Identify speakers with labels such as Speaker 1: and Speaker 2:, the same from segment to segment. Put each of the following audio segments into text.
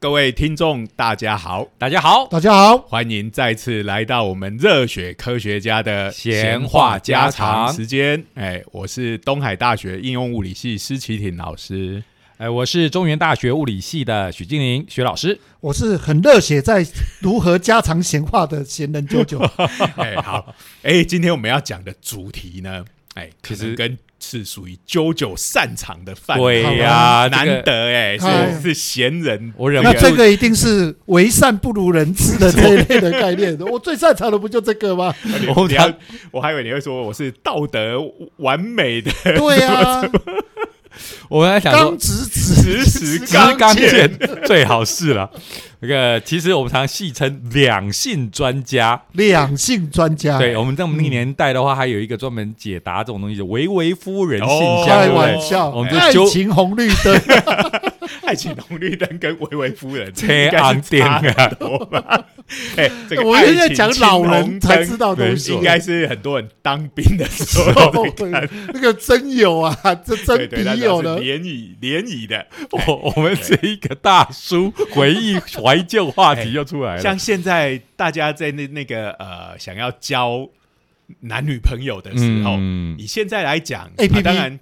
Speaker 1: 各位听众，大家好，
Speaker 2: 大家好，
Speaker 3: 大家好，
Speaker 1: 欢迎再次来到我们热血科学家的
Speaker 2: 闲话家常
Speaker 1: 时间。哎，我是东海大学应用物理系施启挺老 师。
Speaker 2: 呃，我是中原大学物理系的许金玲许老师。
Speaker 3: 我是很热血在如何家常闲话的闲人九九。
Speaker 1: 哎，好，哎，今天我们要讲的主题呢，哎，
Speaker 2: 其
Speaker 1: 其
Speaker 2: 实
Speaker 1: 实跟是属于啾啾擅长的范围，
Speaker 2: 对呀、
Speaker 1: 难
Speaker 2: 这个
Speaker 1: 得哎，
Speaker 3: 哎
Speaker 1: 是是闲人，
Speaker 2: 我忍
Speaker 3: 那
Speaker 2: 不
Speaker 3: 这
Speaker 2: 住，
Speaker 3: 个一定是为善不如人知的这一类的 概念。我最擅长的不就这个吗？
Speaker 1: 我你要，我还以为你会说我是道德完美 的
Speaker 3: 对呀、
Speaker 2: 我们在想说
Speaker 3: 刚，直直
Speaker 1: 直实
Speaker 2: 直钢
Speaker 1: 铁
Speaker 2: 剑最好是了。那个，其实我们常戏称两性专家。
Speaker 3: 两性专家，
Speaker 2: 对，我们在我们那个年代的话，还有一个专门解答这种东西的维维夫人
Speaker 1: 哦
Speaker 2: 信箱，
Speaker 3: 开
Speaker 2: 对不
Speaker 3: 玩
Speaker 2: 对？
Speaker 3: 笑，
Speaker 2: 我们就
Speaker 3: 爱
Speaker 2: 揪
Speaker 3: 情红绿 灯，
Speaker 1: 爱情红绿灯跟维维夫 人
Speaker 2: 车
Speaker 1: 应该
Speaker 2: 红
Speaker 1: 是
Speaker 2: 灯
Speaker 1: 差
Speaker 2: 啊
Speaker 1: 很多 吧？哎，这个
Speaker 3: 我
Speaker 1: 爱
Speaker 3: 现在
Speaker 1: 情
Speaker 3: 讲
Speaker 1: 青
Speaker 3: 老
Speaker 1: 红
Speaker 3: 人才
Speaker 1: 灯
Speaker 3: 知道东西，哦
Speaker 1: 应该是很多人当兵的时 候在看。
Speaker 3: 那个真有啊，这
Speaker 1: 对
Speaker 3: 真
Speaker 1: 对，那
Speaker 3: 笔
Speaker 1: 是
Speaker 3: 友呢？
Speaker 1: 联谊联谊的，
Speaker 2: 我我们这一个大叔回忆 怀旧话题又出来了。
Speaker 1: 像现在大家在那那个呃想要交男女朋友的时候，
Speaker 2: 嗯
Speaker 1: 以现在来讲
Speaker 3: APP
Speaker 1: 啊当然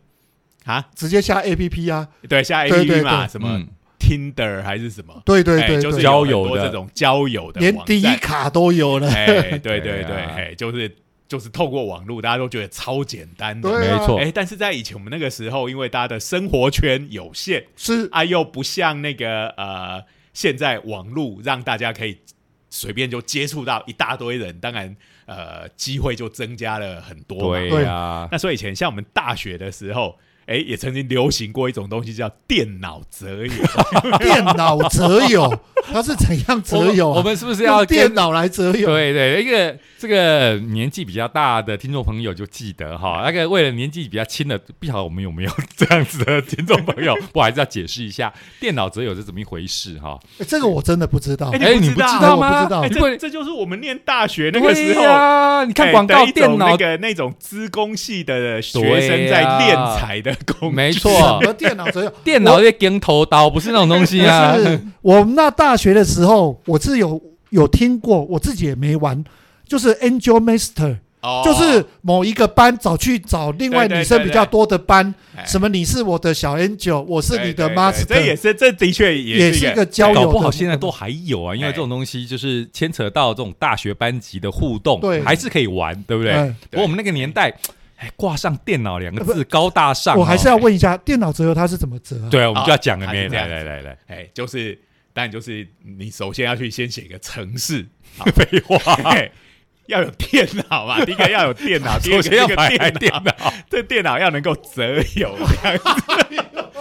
Speaker 1: 啊，
Speaker 3: 直接下 A P P 啊，
Speaker 1: 对，像
Speaker 3: 对
Speaker 1: A
Speaker 3: 对
Speaker 1: P 嘛，
Speaker 3: 对
Speaker 1: 什么
Speaker 2: 嗯
Speaker 1: Tinder 还是什么，
Speaker 3: 对对对
Speaker 1: 哎
Speaker 3: 对，
Speaker 1: 就是有
Speaker 2: 交
Speaker 1: 很
Speaker 2: 友
Speaker 1: 多
Speaker 2: 的
Speaker 1: 这种交友的
Speaker 3: 连
Speaker 1: 网
Speaker 3: 迪
Speaker 1: 站
Speaker 3: 卡都有了，
Speaker 1: 哎，对对
Speaker 2: 对
Speaker 1: 对，
Speaker 2: 啊
Speaker 1: 哎，就是就是透过网络，大家都觉得超简单的。
Speaker 3: 对啊
Speaker 2: 没错
Speaker 1: 哎，但是在以前我们那个时候，因为大家的生活圈有限，
Speaker 3: 是
Speaker 1: 啊，又不像那个呃，现在网络让大家可以随便就接触到一大堆人，当然呃，机会就增加了很多嘛。
Speaker 2: 对呀，
Speaker 1: 那所以以前像我们大学的时候，哎，也曾经流行过一种东西叫电脑择友，
Speaker 3: 电脑择友， 它是怎样择友
Speaker 2: 我们
Speaker 3: 啊
Speaker 2: 我？们是不是要
Speaker 3: 用
Speaker 2: 跟
Speaker 3: 电脑来择友，
Speaker 2: 对对，那个这个年纪比较大的听众朋友就记得 哈，那个为了年纪比较轻的，不晓得我们有没有这样子的听众朋友，我还是要解释一下电脑择友是怎么一回事哈。
Speaker 3: 哎这个我真的不知道
Speaker 1: 哎。
Speaker 2: 哎，
Speaker 1: 你
Speaker 2: 你不
Speaker 1: 不
Speaker 2: 知
Speaker 1: 知道
Speaker 2: 道吗？
Speaker 3: 我不知道
Speaker 2: 哎
Speaker 1: 哎，
Speaker 2: 如果
Speaker 1: 这这就是我们念大学那个时候
Speaker 2: 对。呀你看
Speaker 1: 哎
Speaker 2: 广
Speaker 1: 的
Speaker 2: 告
Speaker 1: 一种
Speaker 2: 电脑
Speaker 1: 那个那种资工系的学生在
Speaker 2: 对
Speaker 1: 练
Speaker 2: 啊
Speaker 1: 才的工具，
Speaker 2: 没错
Speaker 3: 什么电脑择 友？
Speaker 2: 电脑在跟头刀，不是那种东西啊
Speaker 3: 不。是我们那大学的时候，我是有有听过，我自己也没玩，就是 Angel Master，
Speaker 1: 哦
Speaker 3: 就是某一个班找去找另外
Speaker 1: 对对
Speaker 3: 女生比较多的班
Speaker 1: 对对，对
Speaker 3: 什么你是我的小 Angel，我是你的
Speaker 1: 对对对这也
Speaker 3: Master，
Speaker 1: 是这的确也
Speaker 3: 也是一
Speaker 1: 个
Speaker 3: 个交
Speaker 2: 搞
Speaker 3: 友
Speaker 2: 不好
Speaker 3: 的。
Speaker 2: 现在都还有啊，因为这种东西就是牵扯到这种大学班级的互动，
Speaker 3: 对
Speaker 2: 还是可以玩，对不对
Speaker 3: 哎？
Speaker 2: 不过我们那个年代，哎，挂上电脑两个
Speaker 3: 呃
Speaker 2: 字高大上哦，
Speaker 3: 我还是要问一下，电脑择友它是怎么择啊？
Speaker 2: 对啊，我们就要讲了
Speaker 1: 啊
Speaker 2: 没？
Speaker 1: 还是这
Speaker 2: 来
Speaker 1: 样
Speaker 2: 来来来，
Speaker 1: 哎，就是当然就是你首先要去先写一个程式，
Speaker 2: 废话，
Speaker 1: 哎要有电脑嘛，第一个要有电脑，第二
Speaker 2: 首
Speaker 1: 个
Speaker 2: 先要
Speaker 1: 这
Speaker 2: 买台
Speaker 1: 个
Speaker 2: 电
Speaker 1: 电脑，
Speaker 2: 脑，
Speaker 1: 这电脑要能够择友，这样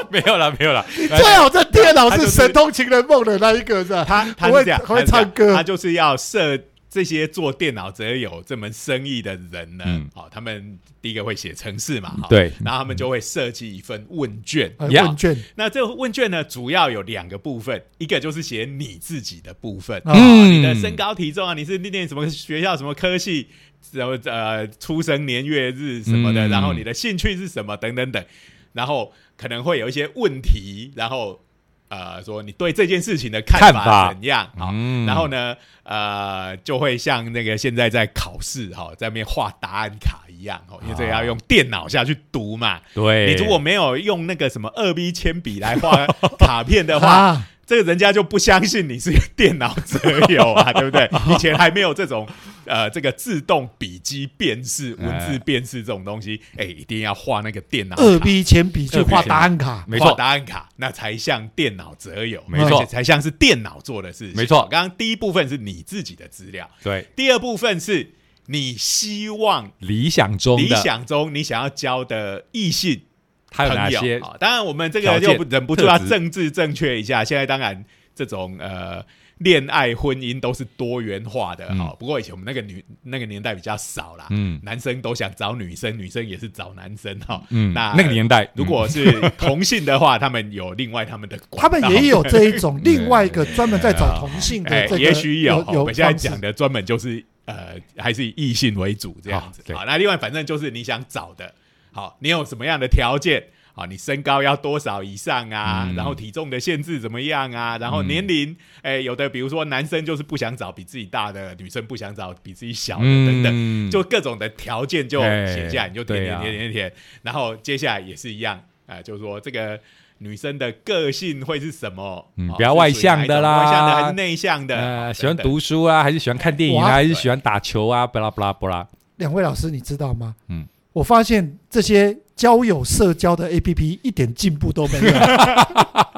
Speaker 2: 没有啦， 没有啦，
Speaker 3: 最好这电脑
Speaker 1: 它就是是
Speaker 3: 神通情人梦的那一个是吧？
Speaker 1: 他他
Speaker 3: 会
Speaker 1: 是这样，他
Speaker 3: 会
Speaker 1: 是这样
Speaker 3: 唱歌
Speaker 1: 他就是要设这些做电脑择友这门生意的人呢哦
Speaker 2: 嗯，
Speaker 1: 好，他们第一个会写程式嘛，哦好
Speaker 2: 对
Speaker 1: 然后他们就会设计一份问卷，
Speaker 3: 呃
Speaker 2: Yeah
Speaker 3: 问卷，
Speaker 1: 那这个问卷呢，主要有两个部分，一个就是写你自己的部分，
Speaker 3: 嗯
Speaker 1: 啊你的身高体重啊，你是念什么学校什么科系，然后呃出生年月日什么的，
Speaker 2: 嗯
Speaker 1: 然后你的兴趣是什么等等等，然后可能会有一些问题，然后呃说你对这件事情的看
Speaker 2: 看法
Speaker 1: 法怎样啊？
Speaker 2: 嗯
Speaker 1: 然后呢呃就会像那个现在在考试哈、在那边画答案卡一样哦，因为这个要
Speaker 3: 啊
Speaker 1: 用电脑下去读嘛，
Speaker 2: 对，
Speaker 1: 你如果没有用那个什么二 B 铅笔来 画卡片的话，
Speaker 3: 啊，
Speaker 1: 这个人家就不相信你是电脑择友啊，对不对？以前还没有这种呃，这个自动笔记辨识、文字辨识这种东西，哎、一定要画那个电脑卡
Speaker 3: 哎二 B 铅笔去
Speaker 2: 二 B
Speaker 3: 画
Speaker 2: 铅笔
Speaker 3: 答案卡，
Speaker 2: 没
Speaker 1: 画
Speaker 2: 错，
Speaker 1: 答案卡，那才像电脑择友，
Speaker 2: 没错
Speaker 1: 而且才像是电脑做的事情。
Speaker 2: 没错
Speaker 1: 刚刚第一部分是你自己的资料，
Speaker 2: 对，
Speaker 1: 第二部分是你希望
Speaker 2: 理想中
Speaker 1: 理
Speaker 2: 的
Speaker 1: 想中你想要交的异性。
Speaker 2: 还有哪
Speaker 1: 朋友
Speaker 2: 些？
Speaker 1: 好当然，我们这
Speaker 2: 条
Speaker 1: 个
Speaker 2: 件
Speaker 1: 就不忍不住要
Speaker 2: 特质
Speaker 1: 政治正确一下。现在当然这种呃恋爱婚姻都是多元化的哈、
Speaker 2: 嗯
Speaker 1: 好不过以前我们那个女那个年代比较少啦，
Speaker 2: 嗯
Speaker 1: 男生都想找女生，女生也是找男生哈、
Speaker 2: 嗯，
Speaker 1: 那
Speaker 2: 那个年代，
Speaker 1: 如果是同性的话，他们有另外他们的管
Speaker 3: 他
Speaker 1: 道，
Speaker 3: 们也有这一种另外一个
Speaker 2: 嗯
Speaker 3: 专门在找同性的
Speaker 1: 哎、
Speaker 3: 这个，
Speaker 1: 也许
Speaker 3: 有
Speaker 1: 有。我们现在
Speaker 3: 方式
Speaker 1: 讲的专门就是呃，还是以异性为主这样
Speaker 2: 好
Speaker 1: 子。
Speaker 2: 对
Speaker 1: 好，那另外反正就是你想找的，好，你有什么样的条件？啊，你身高要多少以上啊，
Speaker 2: 嗯
Speaker 1: 然后体重的限制怎么样啊，然后年
Speaker 3: 嗯
Speaker 1: 龄，哎、有的比如说男生就是不想找比自己大的，女生不想找比自己小的等等，
Speaker 2: 嗯
Speaker 1: 就各种的条件就
Speaker 2: 哎
Speaker 1: 写下来，你就填
Speaker 2: 对
Speaker 1: 填
Speaker 2: 啊
Speaker 1: 填填填，然后接下来也是一样啊、就是说这个。女生的个性会是什么？
Speaker 2: 嗯
Speaker 1: 哦
Speaker 2: 比较外向的
Speaker 1: 是
Speaker 2: 啦
Speaker 1: 属于哪一种外向的还是内向的？
Speaker 2: 呃
Speaker 1: 哦
Speaker 2: 喜欢
Speaker 1: 等等
Speaker 2: 读书啊，还是喜欢看电影啊，
Speaker 3: 哇
Speaker 2: 还是喜欢打球啊，巴拉巴拉巴拉。
Speaker 3: 两位老师，你知道吗？
Speaker 2: 嗯
Speaker 3: 嗯，我发现这些交友社交的 APP 一点进步都没有。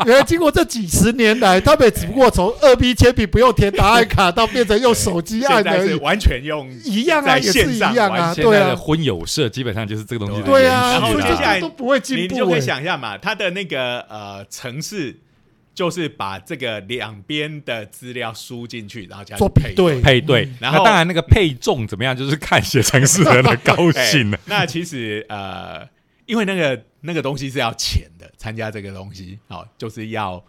Speaker 3: 原来经过这几十年来，他们也只不过从二 B 铅笔不用填答案卡，到变成用手机
Speaker 1: 现
Speaker 3: 按
Speaker 1: 在
Speaker 3: 而
Speaker 1: 是
Speaker 3: 已。
Speaker 1: 完全用
Speaker 3: 啊一样啊
Speaker 1: 在线上
Speaker 3: 也是一样啊
Speaker 1: 完
Speaker 2: 现
Speaker 1: 成
Speaker 2: 在
Speaker 3: 对
Speaker 2: 的婚友社基本上就是这个东西的
Speaker 3: 对啊，
Speaker 1: 然后
Speaker 2: 延
Speaker 1: 接
Speaker 2: 续啦
Speaker 1: 下来
Speaker 3: 都不会
Speaker 1: 你
Speaker 3: 进
Speaker 1: 你就
Speaker 3: 步、
Speaker 1: 可以
Speaker 3: 欸。
Speaker 1: 想象嘛，它的那个呃城市就是把这个两边的资料输进去，然后加上
Speaker 3: 做
Speaker 1: 配
Speaker 3: 比对，
Speaker 2: 配对
Speaker 3: 嗯，
Speaker 1: 然
Speaker 2: 那
Speaker 1: 后
Speaker 2: 当然那个配重怎么样，就是看写城市人的高
Speaker 1: 哎。
Speaker 2: 兴了
Speaker 1: 那其实呃，因为那个那个东西是要钱的，参加这个东西，好、就是要。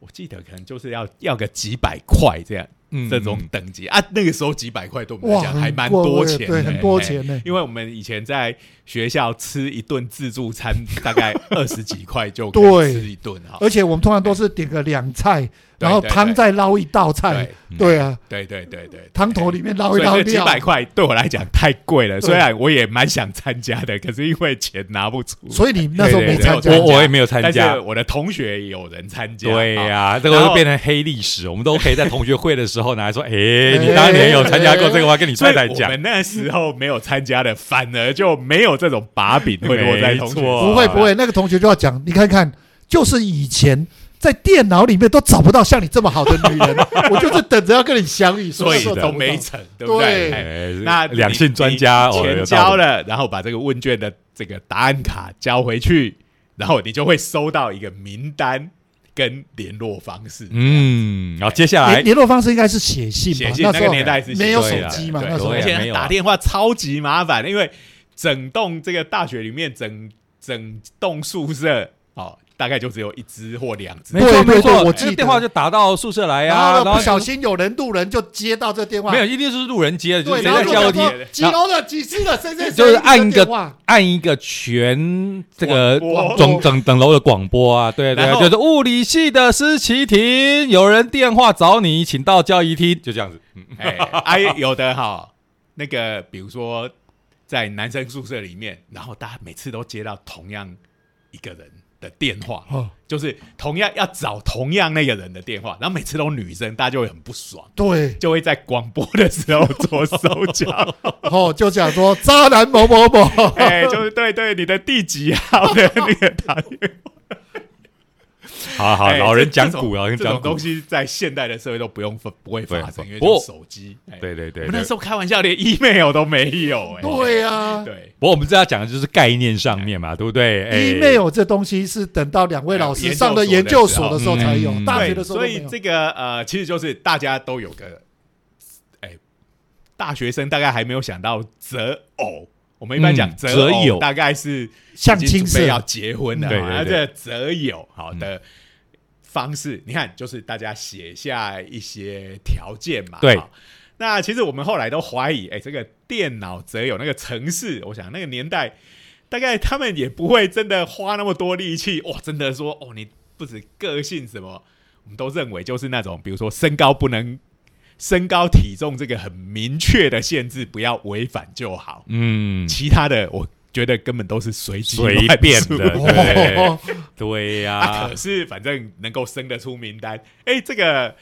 Speaker 1: 我记得可能就是要要个几百块这样，
Speaker 2: 嗯
Speaker 1: 这种等级啊，那个时候几百块对我们来
Speaker 3: 哇，
Speaker 1: 讲
Speaker 3: 很
Speaker 1: 还蛮
Speaker 3: 贵
Speaker 1: 多钱的，
Speaker 3: 对，很多
Speaker 1: 哎
Speaker 3: 钱呢、
Speaker 1: 因为我们以前在学校吃一顿自助餐，大 概二十几块就可以
Speaker 3: 对
Speaker 1: 吃一顿哈。
Speaker 3: 而且我们通常都是点个两菜，
Speaker 1: 对
Speaker 3: 然后
Speaker 1: 对
Speaker 3: 汤
Speaker 1: 对
Speaker 3: 再捞一道菜。
Speaker 2: 嗯
Speaker 3: 对啊，
Speaker 1: 对对对对，
Speaker 3: 汤头里面捞
Speaker 1: 所
Speaker 3: 一
Speaker 1: 以
Speaker 3: 道
Speaker 1: 这几
Speaker 3: 料。
Speaker 1: 百块对我来讲太贵了，
Speaker 3: 对
Speaker 1: 虽然我也蛮想参加的，可是因为钱拿不出，
Speaker 3: 所以你那时候
Speaker 1: 对
Speaker 3: 没
Speaker 1: 对
Speaker 3: 参加
Speaker 1: 对，
Speaker 2: 我我也没有参
Speaker 1: 但
Speaker 2: 加
Speaker 1: 是。我的同学有人参加，
Speaker 2: 对
Speaker 1: 啊
Speaker 2: 呀、这
Speaker 1: 然
Speaker 2: 个
Speaker 1: 后
Speaker 2: 会变成黑历史，我们都可以在同学会的时候拿来说，哎、你当年有参加过这个，我要跟你
Speaker 1: 所
Speaker 2: 太
Speaker 1: 以
Speaker 2: 太
Speaker 1: 我
Speaker 2: 讲。
Speaker 1: 们那时候没有参加的，反而就没有这种把柄会落在同学
Speaker 2: 没错
Speaker 3: 不会不会，那个同学就要讲，你看看，就是以前在电脑里面都找不到像你这么好的女人，我就是等着要跟你相遇，
Speaker 1: 所以
Speaker 3: 以
Speaker 1: 都没成，对不对？
Speaker 3: 对
Speaker 1: 哎
Speaker 2: 哎
Speaker 1: 那
Speaker 2: 两
Speaker 1: 你
Speaker 2: 性专家，
Speaker 1: 你
Speaker 2: 哦
Speaker 1: 钱交，了，然后把这个问卷的这个答案卡交回去，然后你就会收到一个名单跟联络方式。
Speaker 2: 有道理嗯，然后接下
Speaker 3: 联
Speaker 2: 来
Speaker 3: 联络方式应该是写信吧
Speaker 1: 写？信
Speaker 3: 那
Speaker 1: 那
Speaker 3: 时
Speaker 1: 个
Speaker 3: 候
Speaker 1: 年代是
Speaker 3: 没有手
Speaker 1: 写
Speaker 3: 机
Speaker 1: 信
Speaker 3: 嘛
Speaker 1: 对
Speaker 3: 那时候
Speaker 1: 而
Speaker 2: 没
Speaker 1: 且
Speaker 2: 有啊
Speaker 1: 打电话超级麻烦，因为整栋这个大学里面整整栋宿舍哦，大概就只有一只或两只
Speaker 2: 没
Speaker 3: 没。
Speaker 2: 错
Speaker 3: 错
Speaker 2: 没
Speaker 3: 没错
Speaker 2: 错，
Speaker 3: 我
Speaker 2: 这
Speaker 3: 记
Speaker 2: 个
Speaker 3: 得
Speaker 2: 电话就打到宿舍来
Speaker 3: 然
Speaker 2: 啊，
Speaker 3: 后呢
Speaker 2: 然
Speaker 3: 不
Speaker 2: 后
Speaker 3: 小心有人路人就接到这电话，
Speaker 2: 没有，一定是路人接的，就
Speaker 3: 对，
Speaker 2: 是谁
Speaker 3: 然
Speaker 2: 在
Speaker 3: 后路
Speaker 2: 下
Speaker 3: 人
Speaker 2: 楼
Speaker 3: 说
Speaker 2: 梯，
Speaker 3: 几楼的几室的谁谁谁
Speaker 2: 就是按一个
Speaker 3: 电话，
Speaker 2: 按一个全这个
Speaker 1: 广播
Speaker 2: 整整整楼的广播啊，对对
Speaker 1: 然，后
Speaker 2: 就是物理系的思琪婷，有人电话找你，请到教仪厅，就这样子。嗯
Speaker 1: 哎，哎，有的哈，那个比如说在男生宿舍里面，然后大家每次都接到同样一个人的电话，
Speaker 3: 哦，
Speaker 1: 就是同样要找同样那个人的电话，然后每次都女生，大家就会很不爽，
Speaker 3: 对，
Speaker 1: 就会在广播的时候做手脚，
Speaker 3: 哦，就讲说渣男某某某，
Speaker 1: 哎、就是对对，你的第 几号的那个打电话，
Speaker 2: 好好，
Speaker 1: 哎
Speaker 2: 老人
Speaker 1: 这
Speaker 2: 讲
Speaker 1: 这种
Speaker 2: 古，啊老人
Speaker 1: 这
Speaker 2: 讲
Speaker 1: 种
Speaker 2: 古
Speaker 1: 东，西在现代的社会都不用发不会发生，
Speaker 2: 对
Speaker 1: 因为
Speaker 2: 不过
Speaker 1: 就手机，哎
Speaker 2: 对对对
Speaker 1: 我们那
Speaker 2: 对
Speaker 1: 时。候开玩笑连 email 都没有、哎，
Speaker 3: 对啊呀。
Speaker 1: 对。
Speaker 2: 不过我们这要讲的就是概念上面嘛，对不对？哎
Speaker 3: email 这东西是等到两位老师上了研究所的时候才有
Speaker 2: 嗯，
Speaker 3: 大学
Speaker 1: 对，
Speaker 3: 的时候都
Speaker 1: 所
Speaker 3: 没
Speaker 1: 以
Speaker 3: 有。
Speaker 1: 这个呃，其实就是大家都有个，哎、大学生大概还没有想到择偶。我们一般讲
Speaker 2: 嗯
Speaker 1: 择
Speaker 2: 择友
Speaker 1: 偶，大概是
Speaker 3: 相
Speaker 1: 已经
Speaker 3: 亲
Speaker 1: 准备
Speaker 3: 社
Speaker 1: 要结婚了
Speaker 2: 对
Speaker 1: 嘛，
Speaker 2: 对嗯
Speaker 1: 那
Speaker 2: 对
Speaker 1: 这择友好的方式，你看就是大家写下一些条件嘛，
Speaker 2: 对
Speaker 1: 好。那其实我们后来都怀疑，哎，这个电脑择友那个城市，我想那个年代大概他们也不会真的花那么多力气，哇，真的说哦，你不止个性什么，我们都认为就是那种，比如说身高不能。身高体重这个很明确的限制，不要违反就好。
Speaker 2: 嗯，
Speaker 1: 其他的，我觉得根本都是随机
Speaker 2: 随
Speaker 1: 乱
Speaker 2: 便
Speaker 1: 出
Speaker 2: 的
Speaker 3: 哦，
Speaker 2: 对呀、
Speaker 1: 啊。 可是反正能够生得出名单，哎、这个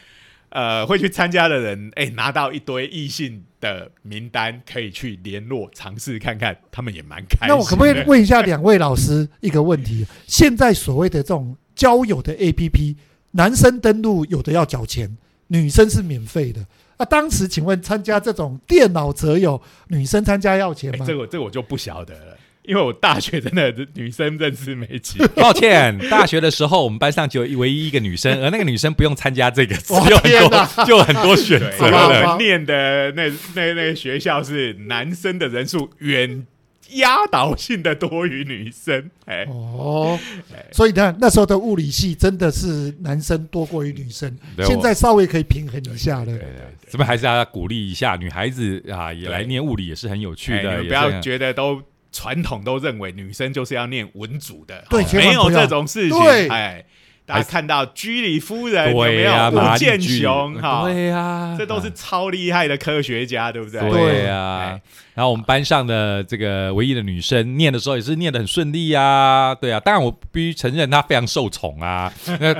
Speaker 1: 呃会去参加的人，哎、拿到一堆异性的名单，可以去联络尝试看看，他们也蛮开心的。
Speaker 3: 那我可不可以问一下两位老师一个问题？现在所谓的这种交友的 APP，男生登录有的要缴钱，女生是免费的。那、当时请问参加这种电脑择友，女生参加要钱
Speaker 1: 哎、
Speaker 3: 吗？
Speaker 1: 这个这个我就不晓得了，因为我大学真的女生认识没几个。
Speaker 2: 抱歉，大学的时候我们班上只有唯一一个 女生，而那个女生不用参加这个，只
Speaker 3: 哇
Speaker 2: 有很
Speaker 3: 天
Speaker 2: 多，
Speaker 3: 哪
Speaker 2: 就很多选
Speaker 1: 对，
Speaker 2: 择
Speaker 3: 好吧好
Speaker 2: 了啊
Speaker 3: 吧。
Speaker 1: 我念的那那那个学校是男生的人数远压倒性的多于女生，哎、
Speaker 3: 哦，所以你看那时候的物理系真的是男生多过于女生，
Speaker 2: 对
Speaker 3: 现在稍微可以平衡一下了
Speaker 2: 对。啊对对这边还是要鼓励一下女孩子啊，也
Speaker 1: 对
Speaker 2: 来念物理也是很有趣
Speaker 1: 哎
Speaker 2: 的，
Speaker 1: 你们
Speaker 2: 也
Speaker 1: 不
Speaker 2: 是
Speaker 1: 要
Speaker 2: 很
Speaker 1: 觉得都传统都认为女生就是要念文组的，
Speaker 3: 对
Speaker 1: 哦
Speaker 3: 千万
Speaker 1: 没有
Speaker 3: 不要
Speaker 1: 这种事情。
Speaker 3: 对
Speaker 1: 哎，大家看到居里夫人有没
Speaker 2: 对
Speaker 1: 有
Speaker 2: 呀，
Speaker 1: 吴
Speaker 2: 马丽
Speaker 1: 建
Speaker 2: 居里
Speaker 1: 雄哈？
Speaker 2: 对呀，
Speaker 1: 这都是超厉害的科学家，对不对？
Speaker 2: 对呀、
Speaker 1: 哎
Speaker 2: 然后我们班上的这个唯一的女生，念的时候也是念得很顺利啊，对啊。当然我必须承认她非常受 宠啊。那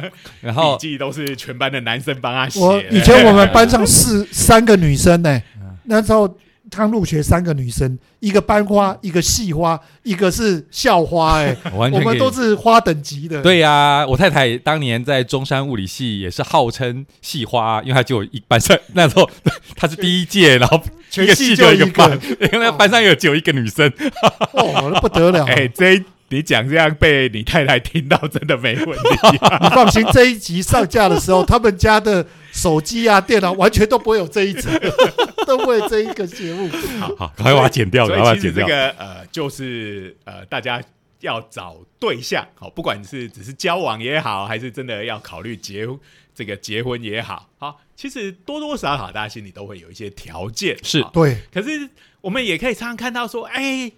Speaker 1: 笔
Speaker 2: 然后
Speaker 1: 记都是全班的男生帮他写的。
Speaker 3: 我以前我们班 上四三个女生呢、
Speaker 2: 嗯
Speaker 3: 那时候刚入学三个女生，一个班花，一个系花，一个是校花、哎，
Speaker 2: 我 完
Speaker 3: 我
Speaker 2: 全可
Speaker 3: 们
Speaker 2: 以
Speaker 3: 都是花等级的。
Speaker 2: 对呀、我太太当年在中山物理系也是号称系花，因为她就有一班上那时候她是第一届，然后
Speaker 3: 全
Speaker 2: 一个
Speaker 3: 系
Speaker 2: 系
Speaker 3: 就
Speaker 2: 就一个
Speaker 3: 一个
Speaker 2: 班，因为班上有只有一个女生，
Speaker 3: 哦，那不 得了！
Speaker 1: 哎，这一你讲这样被你太太听到，真的没问题。
Speaker 3: 你放心，这一集上架的时候，他们家的手机啊、电脑完全都不会有这一集， 都不会有这一个节目。
Speaker 2: 好好， 赶快把它剪掉，
Speaker 1: 所
Speaker 2: 赶快把
Speaker 1: 以
Speaker 2: 它
Speaker 1: 其实
Speaker 2: 剪
Speaker 1: 这
Speaker 2: 掉。
Speaker 1: 个呃，就是呃，大家要找对象，好，不管是只是交往也好，还是真的要考虑结这个结婚也好，好，其实多多少少大家心里都会有一些条件，
Speaker 2: 是
Speaker 1: 好
Speaker 3: 对，
Speaker 1: 可是我们也可以常常看到说，哎、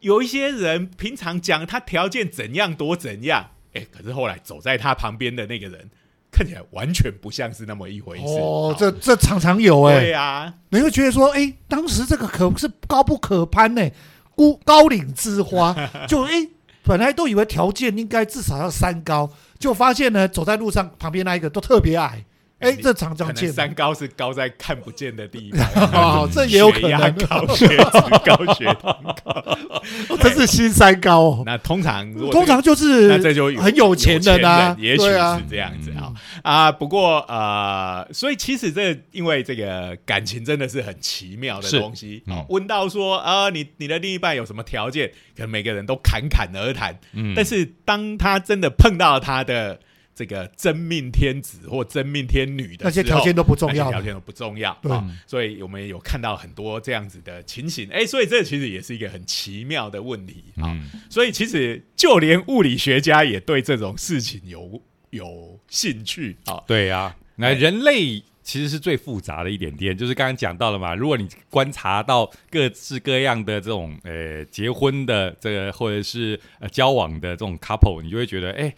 Speaker 1: 有一些人平常讲他条件怎样多怎样，哎、可是后来走在他旁边的那个人，看起来完全不像是那么一回事。
Speaker 3: 哦
Speaker 1: 好，
Speaker 3: 这这常常有哎、
Speaker 1: 对啊，
Speaker 3: 你会觉得说，哎、当时这个可是高不可攀呢、孤高岭 之花，就哎、本来都以为条件应该至少要三高，就发现呢，走在路上旁边那一个都特别矮，哎、
Speaker 1: 哎你
Speaker 3: 这常
Speaker 1: 可
Speaker 3: 常
Speaker 1: 能
Speaker 3: 见。
Speaker 1: 三高是高在看不见的地
Speaker 3: 哦
Speaker 1: 方，
Speaker 3: 这也有可能
Speaker 1: 血压高、血脂高、血 糖高。
Speaker 3: 哦这是新三高哦，
Speaker 1: 那通常如果
Speaker 3: 通常就是
Speaker 1: 那这就
Speaker 3: 很有钱人啊，
Speaker 1: 有钱
Speaker 3: 对
Speaker 1: 人也
Speaker 3: 啊
Speaker 1: 许是，这样子啊啊。不过呃，所以其实这因为这个感情真的是很奇妙的
Speaker 2: 是
Speaker 1: 东西。
Speaker 2: 嗯
Speaker 1: 哦问到说啊、你你的另一半有什么条件，可能每个人都侃侃而谈，
Speaker 2: 嗯
Speaker 1: 但是当他真的碰到他的这个真命天子或真命天女的
Speaker 3: 那些
Speaker 1: 时候
Speaker 3: 条件都不重要
Speaker 1: 那些条
Speaker 3: 了。
Speaker 1: 件都不重要
Speaker 3: 对
Speaker 1: 啊，所以我们有看到很多这样子的情形，哎，所以这其实也是一个很奇妙的问题啊。
Speaker 2: 嗯，
Speaker 1: 所以其实就连物理学家也对这种事情有有兴趣啊。
Speaker 2: 对呀、那人类其实是最复杂的一点点，就是刚刚讲到了嘛。如果你观察到各式各样的这种呃结婚的这个或者是呃交往的这种 couple，你就会觉得哎。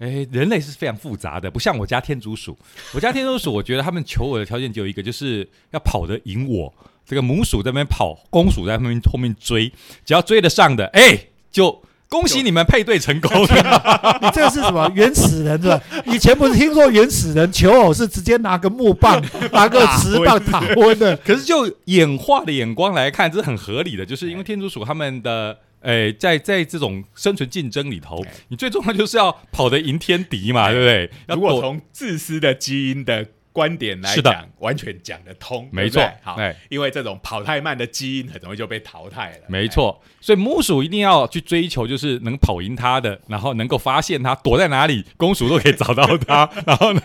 Speaker 2: 哎，人类是非常复杂的，不像我家天竺鼠。我家天竺鼠，我觉得他们求偶的条件只有一个，就是要跑得赢我。这个母鼠在那边跑，公鼠在后面后面追，只要追得上的，哎，就恭喜你们配对成功。
Speaker 3: 你这个是什 么原始人是吧？以前不是听说原始人求偶是直接拿个木 棒、拿个石棒打昏的？
Speaker 2: 可是就演化的眼光来看，这是很合理的，就是因为天竺鼠他们的。诶，在在这种生存竞争里头
Speaker 1: 哎，
Speaker 2: 你最重要就是要跑得赢天敌嘛，对不对？要
Speaker 1: 如果
Speaker 2: 躲
Speaker 1: 从自私的基因的观点来
Speaker 2: 是的
Speaker 1: 讲，完全讲得通，
Speaker 2: 没
Speaker 1: 对不对
Speaker 2: 错
Speaker 1: 好
Speaker 2: 哎，
Speaker 1: 因为这种跑太慢的基因很容易就被淘汰了。
Speaker 2: 没错，所以母鼠一定要去追求，就是能跑赢它的，然后能够发现它躲在哪里，公鼠都可以找到它。 然后呢，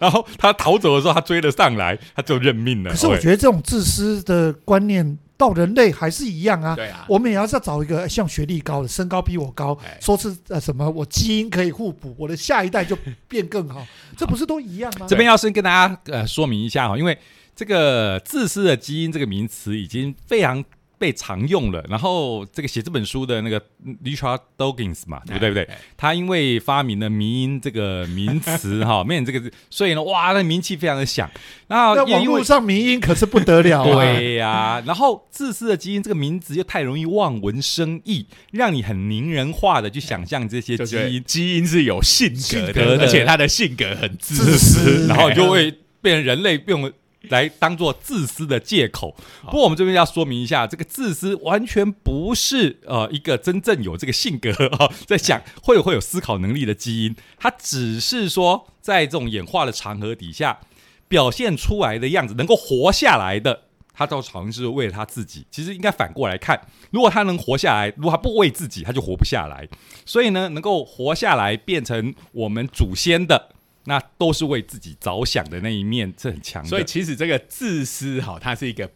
Speaker 2: 然后它逃走的时候，它追了上来，它就认命了。
Speaker 3: 可是我觉得这种自私的观念到人类还是一样
Speaker 1: 哎，
Speaker 3: 啊。
Speaker 1: 对啊，
Speaker 3: 我们也要是找一个像学历高的，身高比我高
Speaker 1: 哎，
Speaker 3: 说是呃什么，我基因可以互补，我的下一代就变更好，这不是都一样吗？
Speaker 2: 这边要先跟大家呃说明一下哈，因为这个“自私的基因”这个名词已经非常被常用了。然后这个写这本书的那个嗯 Richard Dawkins 嘛，对不对？对不对
Speaker 1: 哎？
Speaker 2: 他因为发明了“迷因”这个名词哈， 面这个，所以呢，哇，那名气非常的响。那
Speaker 3: 在
Speaker 2: 也
Speaker 3: 网
Speaker 2: 因为
Speaker 3: 络上啊迷因可是不得了、啊，
Speaker 2: 对呀、然后“自私的基因”这个名字又太容易望文生义，让你很拟人化的去想象这些
Speaker 1: 就
Speaker 2: 基
Speaker 1: 觉得
Speaker 2: 因，
Speaker 1: 基因是有性格
Speaker 2: 性格
Speaker 1: 的，
Speaker 2: 的
Speaker 1: 而且他的性格很自
Speaker 3: 自私
Speaker 1: 私，
Speaker 2: 然后就会变成人类用来当做自私的借口。不过我们这边要说明一下，这个自私完全不是呃一个真正有这个性格 哦，在想会有会有思考能力的基因，它只是说在这种演化的长河底下表现出来的样子，能够活下来的。他倒好像是为了他自己，其实应该反过来看，如果他能活下来，如果他不为自己，他就活不下来。所以呢，能够活下来变成我们祖先的，那都是为自己着想的那一面，这很强的。
Speaker 1: 所以其实这个自私哈，它是一个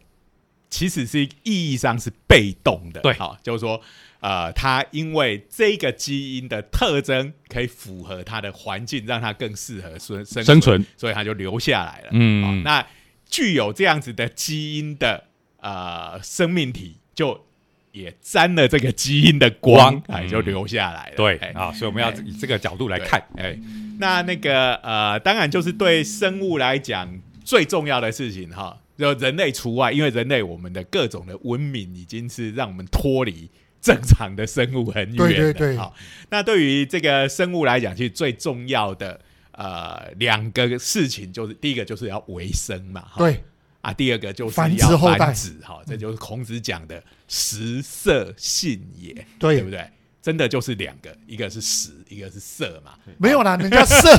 Speaker 1: 其实是意义上是被动的，
Speaker 2: 对
Speaker 1: 好，就是说呃，它因为这个基因的特征可以符合它的环境，让它更适合生生
Speaker 2: 生存，
Speaker 1: 所以它就留下来了。
Speaker 2: 嗯
Speaker 1: 好那具有这样子的基因的呃生命体就。也沾了这个基因的光，
Speaker 2: 光
Speaker 1: 哎，
Speaker 2: 嗯
Speaker 1: 就留下来了。
Speaker 2: 对
Speaker 1: 哎
Speaker 2: 啊，所以我们要
Speaker 1: 哎
Speaker 2: 以这个角度来看，哎，
Speaker 1: 那那个呃，当然就是对生物来讲最重要的事情哈，就人类除外，因为人类我们的各种的文明已经是让我们脱离。正常的生物很远了
Speaker 3: 对对对
Speaker 1: 好，那对于这个生物来讲，其实最重要的呃两个事情就是，第一个就是要维生嘛，哈
Speaker 3: 对，
Speaker 1: 啊，第二个就是
Speaker 3: 繁殖
Speaker 1: 要
Speaker 3: 后代嗯
Speaker 1: 繁殖哈，这就是孔子讲的食色性也，
Speaker 3: 对
Speaker 1: 不对？真的就是两个，一个是食，一个是色嘛。
Speaker 3: 没有啦，人家 射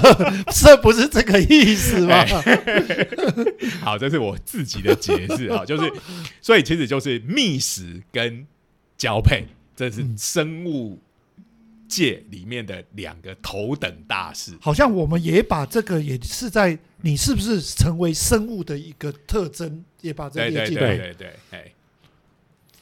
Speaker 3: 射不是这个意思嘛？
Speaker 1: 哎好，这是我自己的解释啊，就是，所以其实就是觅食跟交配，这是
Speaker 3: 嗯
Speaker 1: 生物界里面的两个头等大事。
Speaker 3: 好像我们也把这个也是在你是不是成为生物的一个特征，也把这
Speaker 1: 对
Speaker 3: 列
Speaker 1: 对
Speaker 3: 进
Speaker 1: 对
Speaker 3: 来。
Speaker 1: 对对，哎，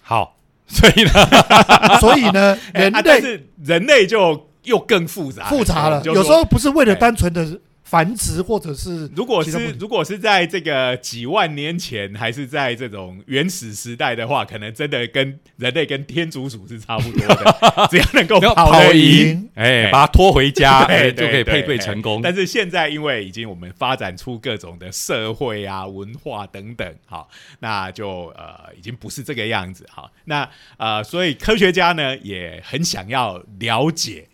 Speaker 2: 好，所以呢，
Speaker 3: 啊所以呢，
Speaker 1: 哎
Speaker 3: 人
Speaker 1: 啊但
Speaker 3: 类
Speaker 1: 是人类就又更复杂，哦
Speaker 3: 复杂了，
Speaker 1: 就是
Speaker 3: 有时
Speaker 1: 说
Speaker 3: 候不是为了
Speaker 1: 哎
Speaker 3: 单纯的繁殖或者是
Speaker 1: 如果
Speaker 3: 其他目
Speaker 1: 是
Speaker 3: 的
Speaker 1: 如果是在这个几万年前，还是在这种原始时代的话，可能真的跟人类跟天竺鼠是差不多 的，只要能够
Speaker 2: 要
Speaker 1: 跑得
Speaker 3: 跑赢
Speaker 1: 赢。
Speaker 2: 哎，
Speaker 1: 哎
Speaker 2: 把它拖回家，哎，
Speaker 1: 对，
Speaker 2: 就可以配对
Speaker 1: 哎
Speaker 2: 成功。
Speaker 1: 但是现在，因为已经我们发展出各种的社会啊、文化等等，好，那就呃，已经不是这个样子哈。那呃，所以科学家呢也很想要了解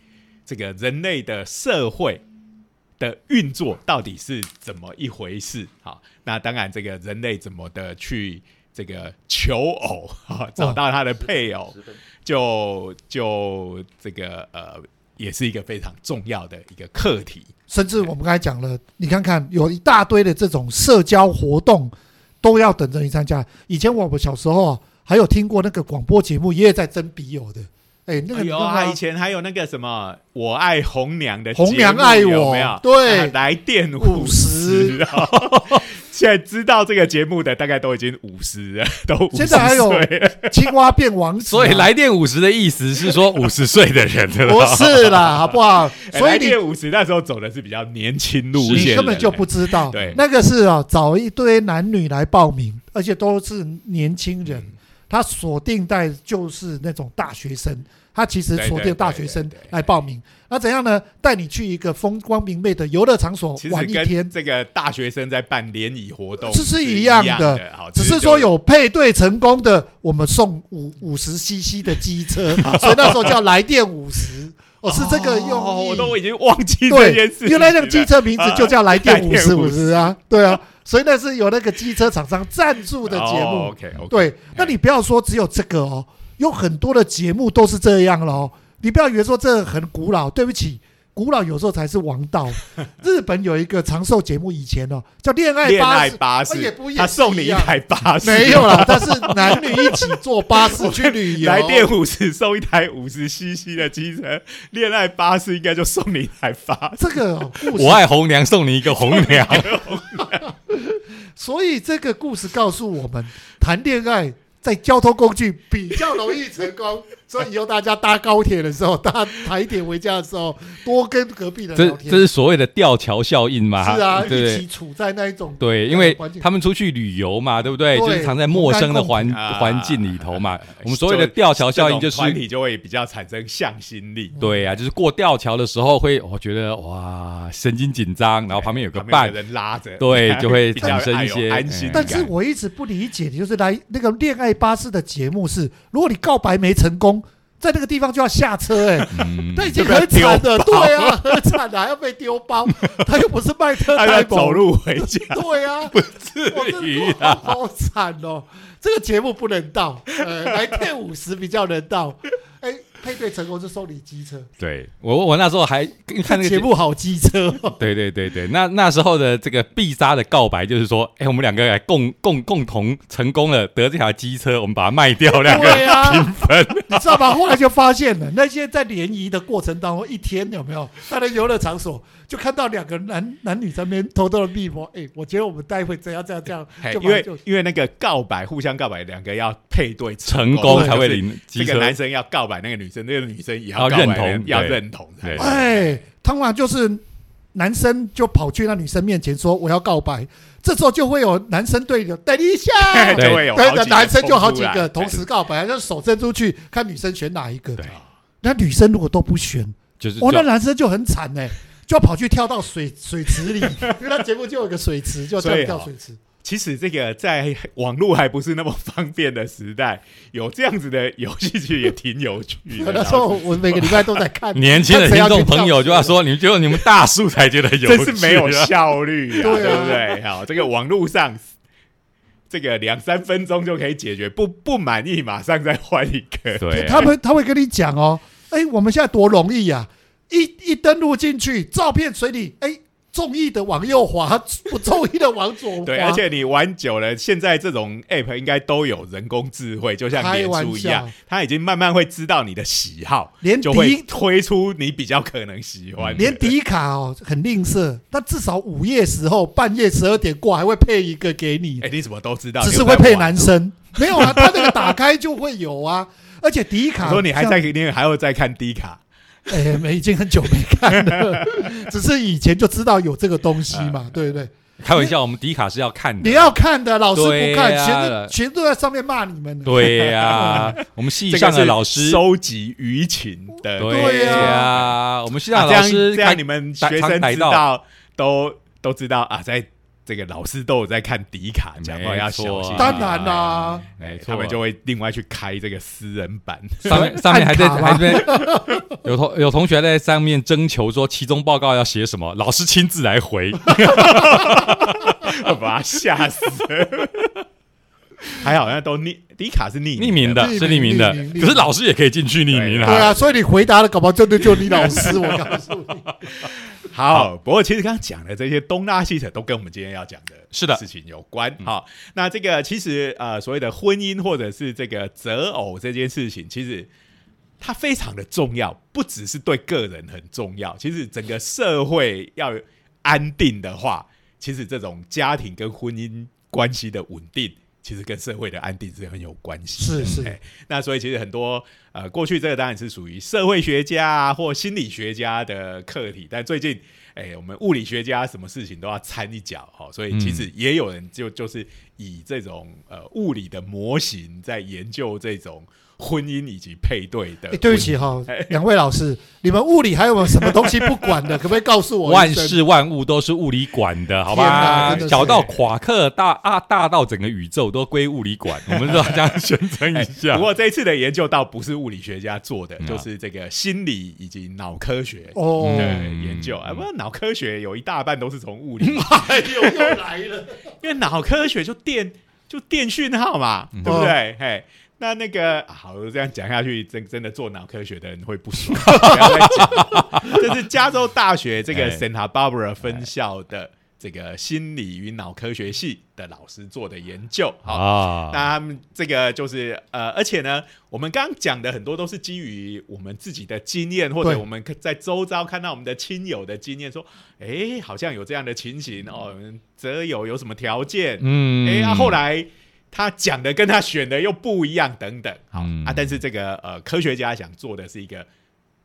Speaker 1: 这个人类的社会的运作到底是怎么一回事。好，那当然，这个人类怎么的去这个求偶啊，找到他的配偶，就就这个呃，也是一个非常重要的一个课题。
Speaker 3: 甚至我们刚才讲了，你看看有一大堆的这种社交活动都要等着你参加。以前我们小时候啊，还有听过那个广播节目，也有在争笔友的。哎，那个
Speaker 1: 有
Speaker 3: 那
Speaker 1: 啊，
Speaker 3: 个
Speaker 1: 以前还有那个什么“我爱红娘”的节目
Speaker 3: 红娘爱我
Speaker 1: 有没有？
Speaker 3: 对
Speaker 1: 啊来电
Speaker 3: 五
Speaker 1: 五
Speaker 3: 十
Speaker 1: 十。 现在知道这个节目的大概都已经五十 了，都50
Speaker 3: 现在还有
Speaker 1: 岁哎了
Speaker 3: 青蛙变王子啊，
Speaker 2: 所以来电五十的意思是说五十岁的人，对吧
Speaker 3: 不是啦，好不好？
Speaker 1: 哎
Speaker 3: 所
Speaker 1: 来
Speaker 3: 以你
Speaker 1: 电五十那时候走的是比较年轻路线
Speaker 2: 是
Speaker 1: 的，哎
Speaker 3: 你根本就不知道，
Speaker 1: 对
Speaker 3: 那个是啊，找一堆男女来报名，而且都是年轻人，
Speaker 1: 嗯
Speaker 3: 他锁定在就是那种大学生，他其实锁定大学生来报名。那怎样呢？带你去一个风光明媚的游乐场所
Speaker 1: 其实
Speaker 3: 玩一天
Speaker 1: 跟，这个大学生在办联谊活动
Speaker 3: 这是
Speaker 1: 一
Speaker 3: 一样的
Speaker 1: 的，好
Speaker 3: 只是
Speaker 1: 就
Speaker 3: 说有配对成功的，我们送五五十 CC 的机 车，所以那时候叫来电五十。哦，是这个用意。
Speaker 1: 哦，我都已经忘记这件
Speaker 3: 对
Speaker 1: 事，情了。
Speaker 3: 原来那个机车名字就叫 来电
Speaker 1: 啊
Speaker 3: 五十五十啊，对啊，所以那是有那个机车厂商赞助的节目。
Speaker 1: OK 哦 OK，
Speaker 3: 对，那你不要说只有这个哦，有很多的节目都是这样喽。你不要以为说这很古老，对不起，古老有时候才是王 道。日本有一个长寿节目，以前哦叫《恋爱
Speaker 1: 恋
Speaker 3: 巴
Speaker 1: 爱
Speaker 3: 士》，
Speaker 1: 巴
Speaker 3: 啊
Speaker 1: 士，
Speaker 3: 也不也
Speaker 1: 他送你
Speaker 3: 是一
Speaker 1: 一
Speaker 3: 样
Speaker 1: 台巴士，
Speaker 3: 没有啦，但是男女一起坐巴士去旅 游。
Speaker 1: 来电五十送一台五十 CC 的机车，恋爱巴士应该就送你一台巴士。
Speaker 3: 这个哦故事
Speaker 2: 我爱红娘，送你一个红娘。
Speaker 3: 所以这个故事告诉我们，谈恋爱在交通工具比较容易成功。所以以后大家搭高铁的时候，搭台铁回家的时候，多跟隔壁的人
Speaker 2: 这
Speaker 3: 聊天。
Speaker 2: 这是所谓的吊桥效应嘛？
Speaker 3: 是啊，
Speaker 2: 对不
Speaker 3: 一
Speaker 2: 对
Speaker 3: 起处在那一种
Speaker 2: 对，因为他们出去旅游嘛，对不对？
Speaker 3: 对
Speaker 2: 就是藏在陌生的环
Speaker 1: 同甘共苦
Speaker 2: 环境里头嘛
Speaker 1: 啊。
Speaker 2: 我们所谓的吊桥效应就
Speaker 1: 这种团
Speaker 2: 是。
Speaker 1: 体就会比较产生向心力。
Speaker 2: 对啊，就是过吊桥的时候会，我觉得哇，神经紧张，然后旁边有个
Speaker 1: 旁边
Speaker 2: 伴
Speaker 1: 有，人拉着，
Speaker 2: 对就会
Speaker 1: 比较
Speaker 2: 产生一些哎
Speaker 1: 有安心感。
Speaker 3: 但是我一直不理解，就是来那个恋爱巴士的节目是，如果你告白没成功，在那个地方就要下车、哎、
Speaker 2: 嗯
Speaker 3: 那已经很惨了，对啊，很惨了，还要被丢包，他又不是 卖车
Speaker 1: 他要
Speaker 3: 代步，
Speaker 1: 走路回家，
Speaker 3: 对啊，
Speaker 2: 至
Speaker 3: 我真
Speaker 2: 于
Speaker 3: 的
Speaker 2: 啊
Speaker 3: 好惨哦！这个节目不能到，呃，来电五十比较能到。哎，配对成功就送你机车，
Speaker 2: 对我我那时候还看那个
Speaker 3: 节，目好机车、哦。
Speaker 2: 对对对对，那那时候的这个必杀的告白就是说，哎，我们两个来共共共同成功了，得这台机车，我们把它卖掉，两个
Speaker 3: 对啊，你知道吗？后来就发现了，那些在联谊的过程当中，一天有没有在那游乐场所就看到两个男男女在那边偷偷的密谋？哎，我觉得我们待会怎样怎样怎样
Speaker 1: 嘿，
Speaker 3: 就
Speaker 1: 因为
Speaker 3: 把就
Speaker 1: 因为那个告白，互相告白，两个要配对
Speaker 2: 成
Speaker 1: 功
Speaker 2: 功才会
Speaker 1: 就是
Speaker 2: 领机
Speaker 1: 这
Speaker 2: 车
Speaker 1: 个。男生要告白那个女生，那个女生也告
Speaker 2: 要
Speaker 1: 白
Speaker 2: 认同
Speaker 1: 要
Speaker 2: 对
Speaker 1: 认同才
Speaker 2: 对
Speaker 1: 行。
Speaker 3: 哎，通常就是男生就跑去那女生面前说我要告白，这时候就会有男生对着等一下，
Speaker 2: 对
Speaker 1: 就会有好
Speaker 3: 对
Speaker 1: 几个
Speaker 3: 的，男生就好几
Speaker 1: 冲出来
Speaker 3: 个同时告白，就手伸出去看女生选哪一个
Speaker 2: 对。
Speaker 3: 那女生如果都不选，
Speaker 2: 就是
Speaker 3: 哦，那
Speaker 2: 就，
Speaker 3: 男生就很惨呢，就要跑去跳到水水池里， 因为他节目就有一个水池，就要
Speaker 1: 所以
Speaker 3: 跳
Speaker 1: 哦
Speaker 3: 跳水池。
Speaker 1: 其实这个在网络还不是那么方便的时代，有这样子的游戏其实也挺有趣的。
Speaker 3: 那时候我每个礼拜都在看
Speaker 2: 年轻的
Speaker 3: 看谁
Speaker 2: 听
Speaker 3: 要
Speaker 2: 众
Speaker 3: 去跳
Speaker 2: 朋友就要说，你们只有你们大叔才觉得有
Speaker 1: 真
Speaker 2: 趣啊，
Speaker 1: 是没有效率、啊，
Speaker 3: 对啊
Speaker 1: 对不对？好，这个网络上，这个两三分钟就可以解决，不不满意马上再换一个。
Speaker 2: 对啊，
Speaker 3: 他们他会跟你讲哦，哎，我们现在多容易呀、一一登录进去，照片随你，哎，中意的往右滑， 不中意的往左滑。
Speaker 1: 对，而且你玩久了，现在这种 app 应该都有人工智慧，就像
Speaker 3: 开
Speaker 1: 脸
Speaker 3: 玩
Speaker 1: 书一样
Speaker 3: 笑，
Speaker 1: 它已经慢慢会知道你的喜好，
Speaker 3: 连
Speaker 1: 就会
Speaker 3: 迪
Speaker 1: 推出你比较可能喜欢的。
Speaker 3: 连迪卡哦很吝啬，但至少午夜时候半夜十二点过还会配一个给你，
Speaker 1: 哎，你怎么都知道？
Speaker 3: 只
Speaker 1: 你
Speaker 3: 是
Speaker 1: 有
Speaker 3: 会
Speaker 1: 在
Speaker 3: 配
Speaker 1: 玩
Speaker 3: 男生。没有啊，他那个打开就会有啊。而且迪
Speaker 1: 你
Speaker 3: 卡，
Speaker 1: 说你还
Speaker 3: 像
Speaker 1: 在，你还要再看低卡，
Speaker 3: 哎，没已经很久没看了， 只是以前就知道有这个东西
Speaker 1: 啊
Speaker 3: 嘛，对不对？
Speaker 2: 开玩笑，我们迪卡是要看的，
Speaker 3: 你要看的，老师不看，
Speaker 2: 对啊
Speaker 3: 学生学生都在上面骂你们。
Speaker 2: 对 呀，我们系
Speaker 1: 这
Speaker 2: 上
Speaker 1: 个
Speaker 2: 的
Speaker 1: 是
Speaker 2: 老师，
Speaker 1: 收集舆情的，
Speaker 2: 对啊
Speaker 3: 对
Speaker 2: 呀，我们系
Speaker 1: 啊
Speaker 2: 上
Speaker 1: 这
Speaker 2: 的老
Speaker 1: 样
Speaker 2: 师
Speaker 1: 这样
Speaker 2: 看
Speaker 1: 你们
Speaker 2: 常
Speaker 1: 学
Speaker 2: 常
Speaker 1: 生
Speaker 2: 逮
Speaker 1: 知
Speaker 2: 到
Speaker 1: 道都都知道啊，在这个老师都有在看迪卡，讲话要小
Speaker 2: 没错
Speaker 1: 心
Speaker 2: 啊。
Speaker 3: 当然啦、
Speaker 1: 哎
Speaker 2: 没错啊
Speaker 1: 他们就会另外去开这个私人版，
Speaker 2: 上面上面还在
Speaker 3: 按卡吗
Speaker 2: 还在 有同有同学在上面征求说期中报告要写什么，老师亲自来回。
Speaker 1: 把他吓死。 还好，那都匿迪卡是匿
Speaker 2: 匿名的，是匿
Speaker 3: 匿
Speaker 2: 名
Speaker 3: 名
Speaker 2: 的
Speaker 3: 匿，名
Speaker 2: 可是老师也可以进去匿名
Speaker 1: 对
Speaker 3: 对
Speaker 2: 啊。
Speaker 3: 啊，所以你回答的搞不好真的就你老师，我告诉 你。
Speaker 1: 好，不过其实刚刚讲的这些东拉西扯都跟我们今天要讲的
Speaker 2: 是的嗯
Speaker 1: 事情有关。好，那这个其实呃所谓的婚姻或者是这个择偶这件事情，其实它非常的重要，不只是对个人很重要，其实整个社会要安定的话，其实这种家庭跟婚姻关系的稳定，其实跟社会的安定是很有关系的。
Speaker 3: 是是
Speaker 1: 哎 那所以其实很多呃，过去这个当然是属于社会学家啊或心理学家的课题，但最近哎，我们物理学家什么事情都要掺一脚哦，所以其
Speaker 3: 嗯
Speaker 1: 实也有人就就是以这种呃物理的模型在研究这种婚姻以及配对的
Speaker 3: 哎，
Speaker 1: 问题。
Speaker 3: 对不起哈、两位老师，你们物理还有没有什么东西不管的？可不可以告诉我
Speaker 2: 万
Speaker 3: 一声？
Speaker 2: 事万物都是物理管的，好
Speaker 3: 天
Speaker 2: 吧
Speaker 3: 哪真？的是
Speaker 2: 小到夸克，大啊大到整个宇宙都归物理管，我们都要这样宣称 一
Speaker 1: 哎
Speaker 2: 下
Speaker 1: 不。过这一次的研究倒不是物理学家做的，
Speaker 2: 嗯啊
Speaker 1: 就是这个心理以及脑科学
Speaker 3: 哦，
Speaker 1: 的
Speaker 2: 嗯
Speaker 1: 研究。啊，不过脑科学有一大半都是从 物理，
Speaker 3: 哎呦，又来了。
Speaker 1: 因为脑科学就电就电讯号嘛，对不对？嘿。那那个、啊好，这样讲下去，真真的做脑科学的人会不 爽。不要再讲了，这是加州大学这个
Speaker 2: 哎
Speaker 1: Santa Barbara 分校的这个心理与脑科学系的老师做的研究。好，
Speaker 2: 啊，
Speaker 1: 那他们这个就是呃，而且呢，我们刚刚讲的很多都是基于我们自己的经验，或
Speaker 3: 对
Speaker 1: 者我们在周遭看到我们的亲友的经验，说，哎，好像有这样的情形哦，择友有什么条件？
Speaker 2: 嗯
Speaker 1: 哎、啊，后来他讲的跟他选的又不一样，等等。好、
Speaker 2: 嗯
Speaker 1: 啊，但是这个呃，科学家想做的是一个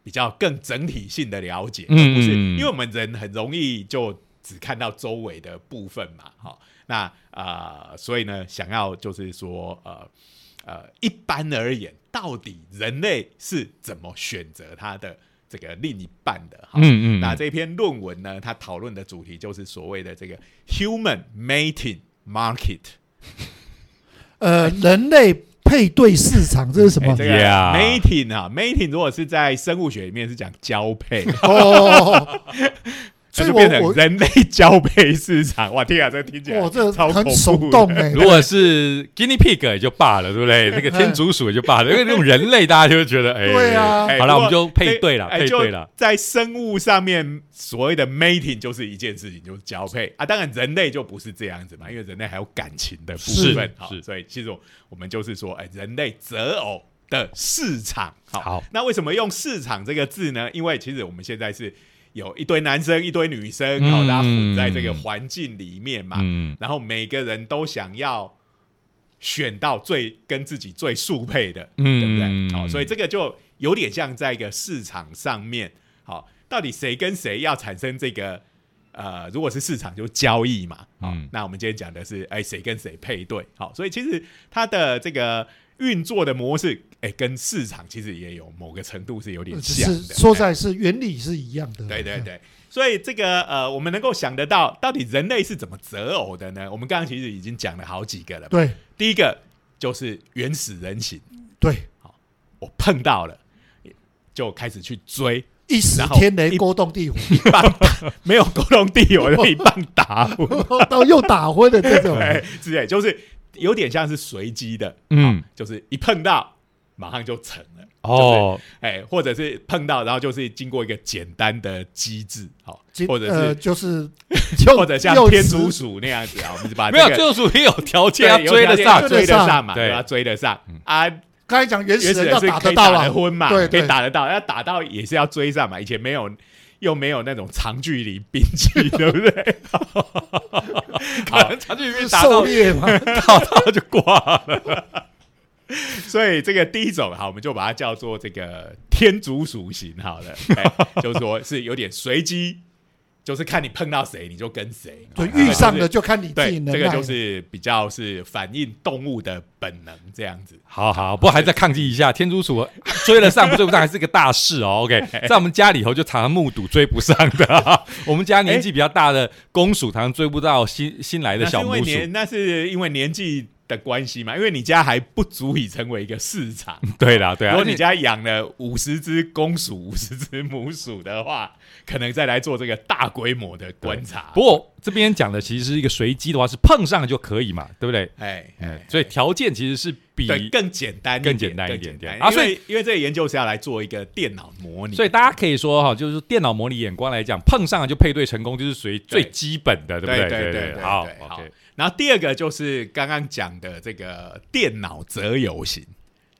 Speaker 1: 比较更整体性的了解，
Speaker 2: 嗯
Speaker 1: 而不是
Speaker 2: 嗯嗯
Speaker 1: 因为我们人很容易就只看到周围的部分嘛。好、那呃，所以呢，想要就是说呃呃，一般而言，到底人类是怎么选择他的这个另一半的？好
Speaker 2: 嗯嗯
Speaker 1: 那这篇论文呢，它讨论的主题就是所谓的这个 human mating market，
Speaker 3: 呃，人类配对市场这是什么
Speaker 1: 哎？这个
Speaker 2: Yeah
Speaker 1: mating 啊，mating 如果是在生物学里面是讲交配，
Speaker 3: 哦， 所以
Speaker 1: 就
Speaker 3: 我
Speaker 1: 变成
Speaker 3: 我
Speaker 1: 人类交配市场。哇，天啊，这听起来
Speaker 3: 我这
Speaker 1: 超
Speaker 3: 很
Speaker 1: 恐
Speaker 3: 手
Speaker 1: 怖
Speaker 3: 动
Speaker 1: 的。
Speaker 3: 哎、
Speaker 2: 如果是 guinea pig 也就罢了，对不对？那个天竺鼠也就罢了，因为那种人类大家就会觉得，哎，
Speaker 3: 对啊
Speaker 1: 哎
Speaker 2: 好了，
Speaker 1: 不过
Speaker 2: 我们就配对了，
Speaker 1: 哎
Speaker 2: 配对了
Speaker 1: 就。在生物上面，所谓的 mating 就是一件事情，就是交配啊。当然，人类就不是这样子嘛，因为人类还有感情的部
Speaker 2: 是
Speaker 1: 分。好
Speaker 2: 是
Speaker 1: 所以其实我我们就是说，哎，人类择偶的市场。好，
Speaker 2: 好
Speaker 1: 那为什么用市场这个字呢？因为其实我们现在是有一堆男生，一堆女生，
Speaker 2: 嗯
Speaker 1: 好、大家混在这个环境里面嘛，
Speaker 2: 嗯
Speaker 1: 然后每个人都想要。选到最跟自己最速配的，
Speaker 2: 嗯
Speaker 1: 对不对？好、所以这个就有点像在一个市场上面，好、到底谁跟谁要产生这个呃，如果是市场就交易嘛，好、
Speaker 2: 嗯
Speaker 1: 那我们今天讲的是哎谁跟谁配对，好、所以其实它的这个运作的模式，哎、跟市场其实也有某个程度是有点
Speaker 3: 只
Speaker 1: 像
Speaker 3: 是
Speaker 1: 的，
Speaker 3: 说
Speaker 1: 哎
Speaker 3: 实在是原理是一样的。
Speaker 1: 对对对，所以这个呃，我们能够想得到，到底人类是怎么择偶的呢？我们刚刚其实已经讲了好几个了嘛。
Speaker 3: 对
Speaker 1: 第一个就是原始人形，
Speaker 3: 对，
Speaker 1: 我碰到了就开始去追，
Speaker 3: 一时
Speaker 1: 然后
Speaker 3: 天雷
Speaker 1: 一
Speaker 3: 勾动地火，
Speaker 1: 没有沟通地，我就一棒打昏，
Speaker 3: 到又打昏的这种。
Speaker 1: 对，之类，就是有点像是随机的，
Speaker 2: 嗯，
Speaker 1: 就是一碰到马上就成了，
Speaker 2: 哦，
Speaker 1: 哎，或者是碰到然后就是经过一个简单的机制，好
Speaker 3: 今，
Speaker 1: 或者
Speaker 3: 呃
Speaker 1: 是。
Speaker 3: 就是，
Speaker 1: 或者像
Speaker 3: 幼
Speaker 1: 天
Speaker 3: 稚
Speaker 1: 竺鼠那样子啊，我们是把
Speaker 2: 没有，
Speaker 1: 这个
Speaker 2: 救赎也有条件要
Speaker 1: 对有
Speaker 2: 追得
Speaker 1: 条件要，
Speaker 2: 上
Speaker 3: 追
Speaker 1: 追得
Speaker 3: 得上
Speaker 1: 上嘛，
Speaker 2: 对
Speaker 1: 对吧？追得上
Speaker 2: 嗯
Speaker 1: 啊，
Speaker 3: 刚才讲原
Speaker 1: 原
Speaker 3: 始
Speaker 1: 始
Speaker 3: 人
Speaker 1: 人
Speaker 3: 要
Speaker 1: 是
Speaker 3: 打
Speaker 1: 可
Speaker 3: 得
Speaker 1: 以
Speaker 3: 到
Speaker 1: 打
Speaker 3: 啊
Speaker 1: 得，昏嘛，
Speaker 3: 对对
Speaker 1: 可以打得到，要打到也是要追上嘛。以前没有，又没有那种长距离兵器， 对 不对？
Speaker 2: 可 能长距离
Speaker 3: 是
Speaker 2: 打到
Speaker 3: 狩猎 嘛？
Speaker 2: 打到就挂了。
Speaker 1: 所以这个第一种哈，我们就把它叫做这个天竺鼠型好了，哎就是说是有点随机，就是看你碰到谁你就跟谁，
Speaker 3: 对，
Speaker 1: 好
Speaker 3: 遇上。
Speaker 1: 然后
Speaker 3: 了就看你自
Speaker 1: 对
Speaker 3: 己，能
Speaker 1: 这
Speaker 3: 啊
Speaker 1: 个
Speaker 3: 耐
Speaker 1: 就
Speaker 3: 了
Speaker 1: 是比较是反映动物的本能这样子。
Speaker 2: 好好，不过还是再抗击一下，天竺鼠追了上不追不上还是个大事哦。OK，在 我们家里头就常常目睹追不上的 啊、我们家年纪比较大的公鼠常常追不到新新来的
Speaker 1: 那是
Speaker 2: 小
Speaker 1: 因为
Speaker 2: 母鼠，
Speaker 1: 年，那是因为年纪的关系嘛，因为你家还不足以成为一个市场。
Speaker 2: 对啦对
Speaker 1: 如
Speaker 2: 啊，
Speaker 1: 果你家养了五十只公鼠、 五十只母鼠的话，可能再来做这个大规模的观察。
Speaker 2: 不，过这边讲的其实是一个随机的话，是碰上就可以嘛，对不对？
Speaker 1: 哎，
Speaker 2: 嗯，所以条件其实是比
Speaker 1: 对，更简单一点，
Speaker 2: 更简单一点
Speaker 1: 更简单
Speaker 2: 啊
Speaker 1: 因
Speaker 2: 所
Speaker 1: 为
Speaker 2: 以
Speaker 1: 因为这个研究是要来做一个电脑模拟，
Speaker 2: 所
Speaker 1: 以
Speaker 2: 以大家可以说哈，就是电脑模拟眼光来讲，碰上了就配对成功，就是属于最基本的，对不
Speaker 1: 对
Speaker 2: 对
Speaker 1: 对
Speaker 2: 对，
Speaker 1: 对
Speaker 2: 好
Speaker 1: 对好
Speaker 2: ，OK，
Speaker 1: 然后第二个就是刚刚讲的这个电脑择友型。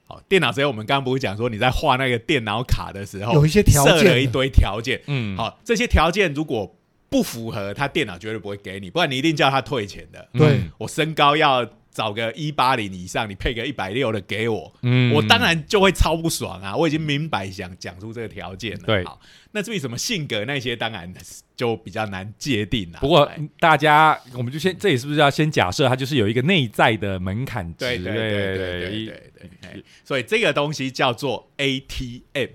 Speaker 1: 好，电脑择友，我们刚刚不是讲说你在画那个电脑卡的时候，
Speaker 3: 有一些条件
Speaker 1: 设了一
Speaker 3: 的
Speaker 1: 堆条件，
Speaker 2: 嗯，
Speaker 1: 好，这些条件如果不符合，他电脑绝对不会给你，不然你一定叫他退钱的。
Speaker 2: 嗯
Speaker 3: 对，
Speaker 1: 我身高要找个一八零以上，你配个一百六的给我，
Speaker 2: 嗯
Speaker 1: 我当然就会超不爽啊！我已经明白想讲出这个条件了。
Speaker 2: 对
Speaker 1: 好，那至于什么性格那些，当然就比较难界定了、
Speaker 2: 不过
Speaker 1: 哎
Speaker 2: 大家，我们就先这里是不是要先假设它就是有一个内在的门槛值？
Speaker 1: 对对对对对对对对，哎所以这个东西叫做 ATM，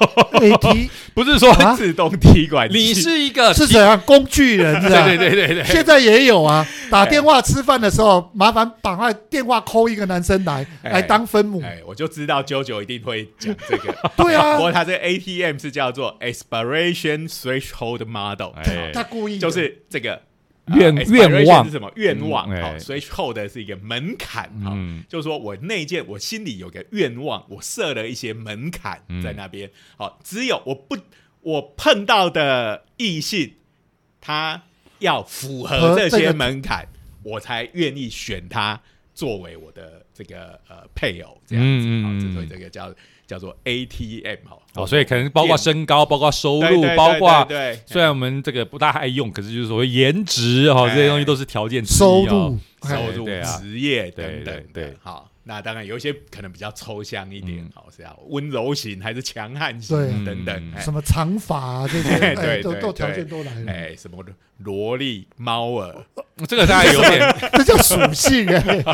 Speaker 3: AT
Speaker 2: 不是说
Speaker 3: 啊
Speaker 1: 自动提款机。
Speaker 2: 你是一个
Speaker 3: 哎是怎样工具人是
Speaker 2: 对
Speaker 3: 吧？
Speaker 2: 对对对对，
Speaker 3: 现在也有啊，打电话吃饭的时候，麻烦把他电话扣一个男生来
Speaker 1: 哎
Speaker 3: 来当分母。
Speaker 1: 哎，我就知道啾啾一定会讲这个。
Speaker 3: 对啊
Speaker 1: 不过它这个 ATM 是叫做 Aspiration Threshold Model，、
Speaker 2: 哎
Speaker 3: 他故意的
Speaker 1: 就是这个呃
Speaker 2: 愿
Speaker 1: aspiration
Speaker 2: 愿望
Speaker 1: 是什么？愿望
Speaker 2: 嗯哎
Speaker 1: 好 t h r e s h o l d 是一个门槛好，
Speaker 2: 嗯
Speaker 1: 就是说我内建我心里有个愿望，我设了一些门槛
Speaker 2: 嗯
Speaker 1: 在那边。好、只有我不我碰到的异性，他要符合
Speaker 3: 和
Speaker 1: 这
Speaker 3: 这
Speaker 1: 些
Speaker 3: 个
Speaker 1: 门槛，我才愿意选他作为我的这个呃配偶这样子。
Speaker 2: 嗯
Speaker 1: 好、
Speaker 2: 嗯嗯
Speaker 1: 所以这个叫叫做 ATM 好、
Speaker 2: 哦，所以可能包括身高，包括收
Speaker 1: 对对
Speaker 2: 入啊
Speaker 1: 对，
Speaker 2: 包括
Speaker 1: 对对
Speaker 2: 虽然我们这个不大爱用，可是就是所谓颜值哈，这些东西都是条件之一
Speaker 3: 收
Speaker 2: 哦
Speaker 3: 入，
Speaker 1: 收
Speaker 3: 哎
Speaker 1: 入
Speaker 2: 对、啊
Speaker 1: 职业等
Speaker 2: 对
Speaker 1: 等的
Speaker 2: 对对
Speaker 1: 好，那当然有一些可能比较抽象一点
Speaker 2: 嗯，
Speaker 1: 好、是啊，温柔型还是强悍型
Speaker 3: 对
Speaker 1: 等等
Speaker 2: 嗯，
Speaker 1: 哎
Speaker 3: 什么长发啊这些，
Speaker 1: 哎
Speaker 3: 哎
Speaker 1: 对
Speaker 3: 都
Speaker 1: 对
Speaker 3: 都条
Speaker 1: 对
Speaker 3: 件都来了，
Speaker 1: 哎，什么的萝莉、猫儿，
Speaker 2: 这个大概有点
Speaker 3: 这叫属性哎。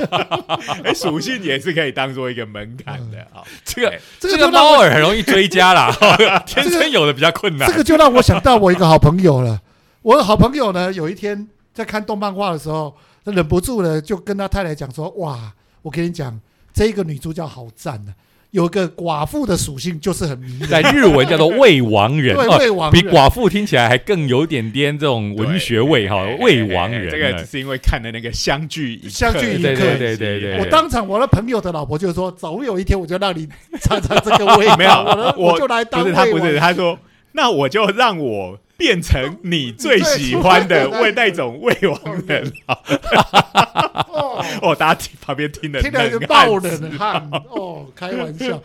Speaker 1: 哎，属性也是可以当做一个门槛的
Speaker 3: 嗯
Speaker 1: 啊。
Speaker 2: 这 个
Speaker 3: 这
Speaker 2: 这个
Speaker 3: 个就让我
Speaker 2: 猫耳很容易追加啦，哦天生有的比 较困难
Speaker 3: 这。个就让我想到我一个好朋友了。我的好朋友呢，有一天在看动漫画的时候，忍不住呢就跟他太太讲说：“哇，我跟你讲，这个女主角好赞啊，有个寡妇的属性就是很 迷人，
Speaker 2: 在日文叫做未亡人，
Speaker 3: 对
Speaker 2: 哦
Speaker 3: 未亡
Speaker 2: 比
Speaker 3: 人
Speaker 2: 寡妇听起来还更有点点这种文学味哈
Speaker 1: 哎，
Speaker 2: 哦未亡
Speaker 1: 哎
Speaker 2: 人
Speaker 1: 哎这个
Speaker 2: 哎
Speaker 1: 只是因为看了那个相聚一刻，
Speaker 3: 相聚一刻
Speaker 1: 对对对
Speaker 2: 对 对
Speaker 1: 对，
Speaker 3: 我当场，我的朋友的老婆就说：“总有一天，我就让你尝尝这个味 道。
Speaker 1: 没有
Speaker 3: 我的
Speaker 1: 我
Speaker 3: 就来当
Speaker 1: 不
Speaker 3: 味
Speaker 1: 是他不是
Speaker 3: 王
Speaker 1: 他说，那我就让我变成你最喜欢的为那种未亡人好。
Speaker 3: 哦，
Speaker 1: 哦，大家听旁边听的
Speaker 3: 听得就爆冷汗哦，开玩笑。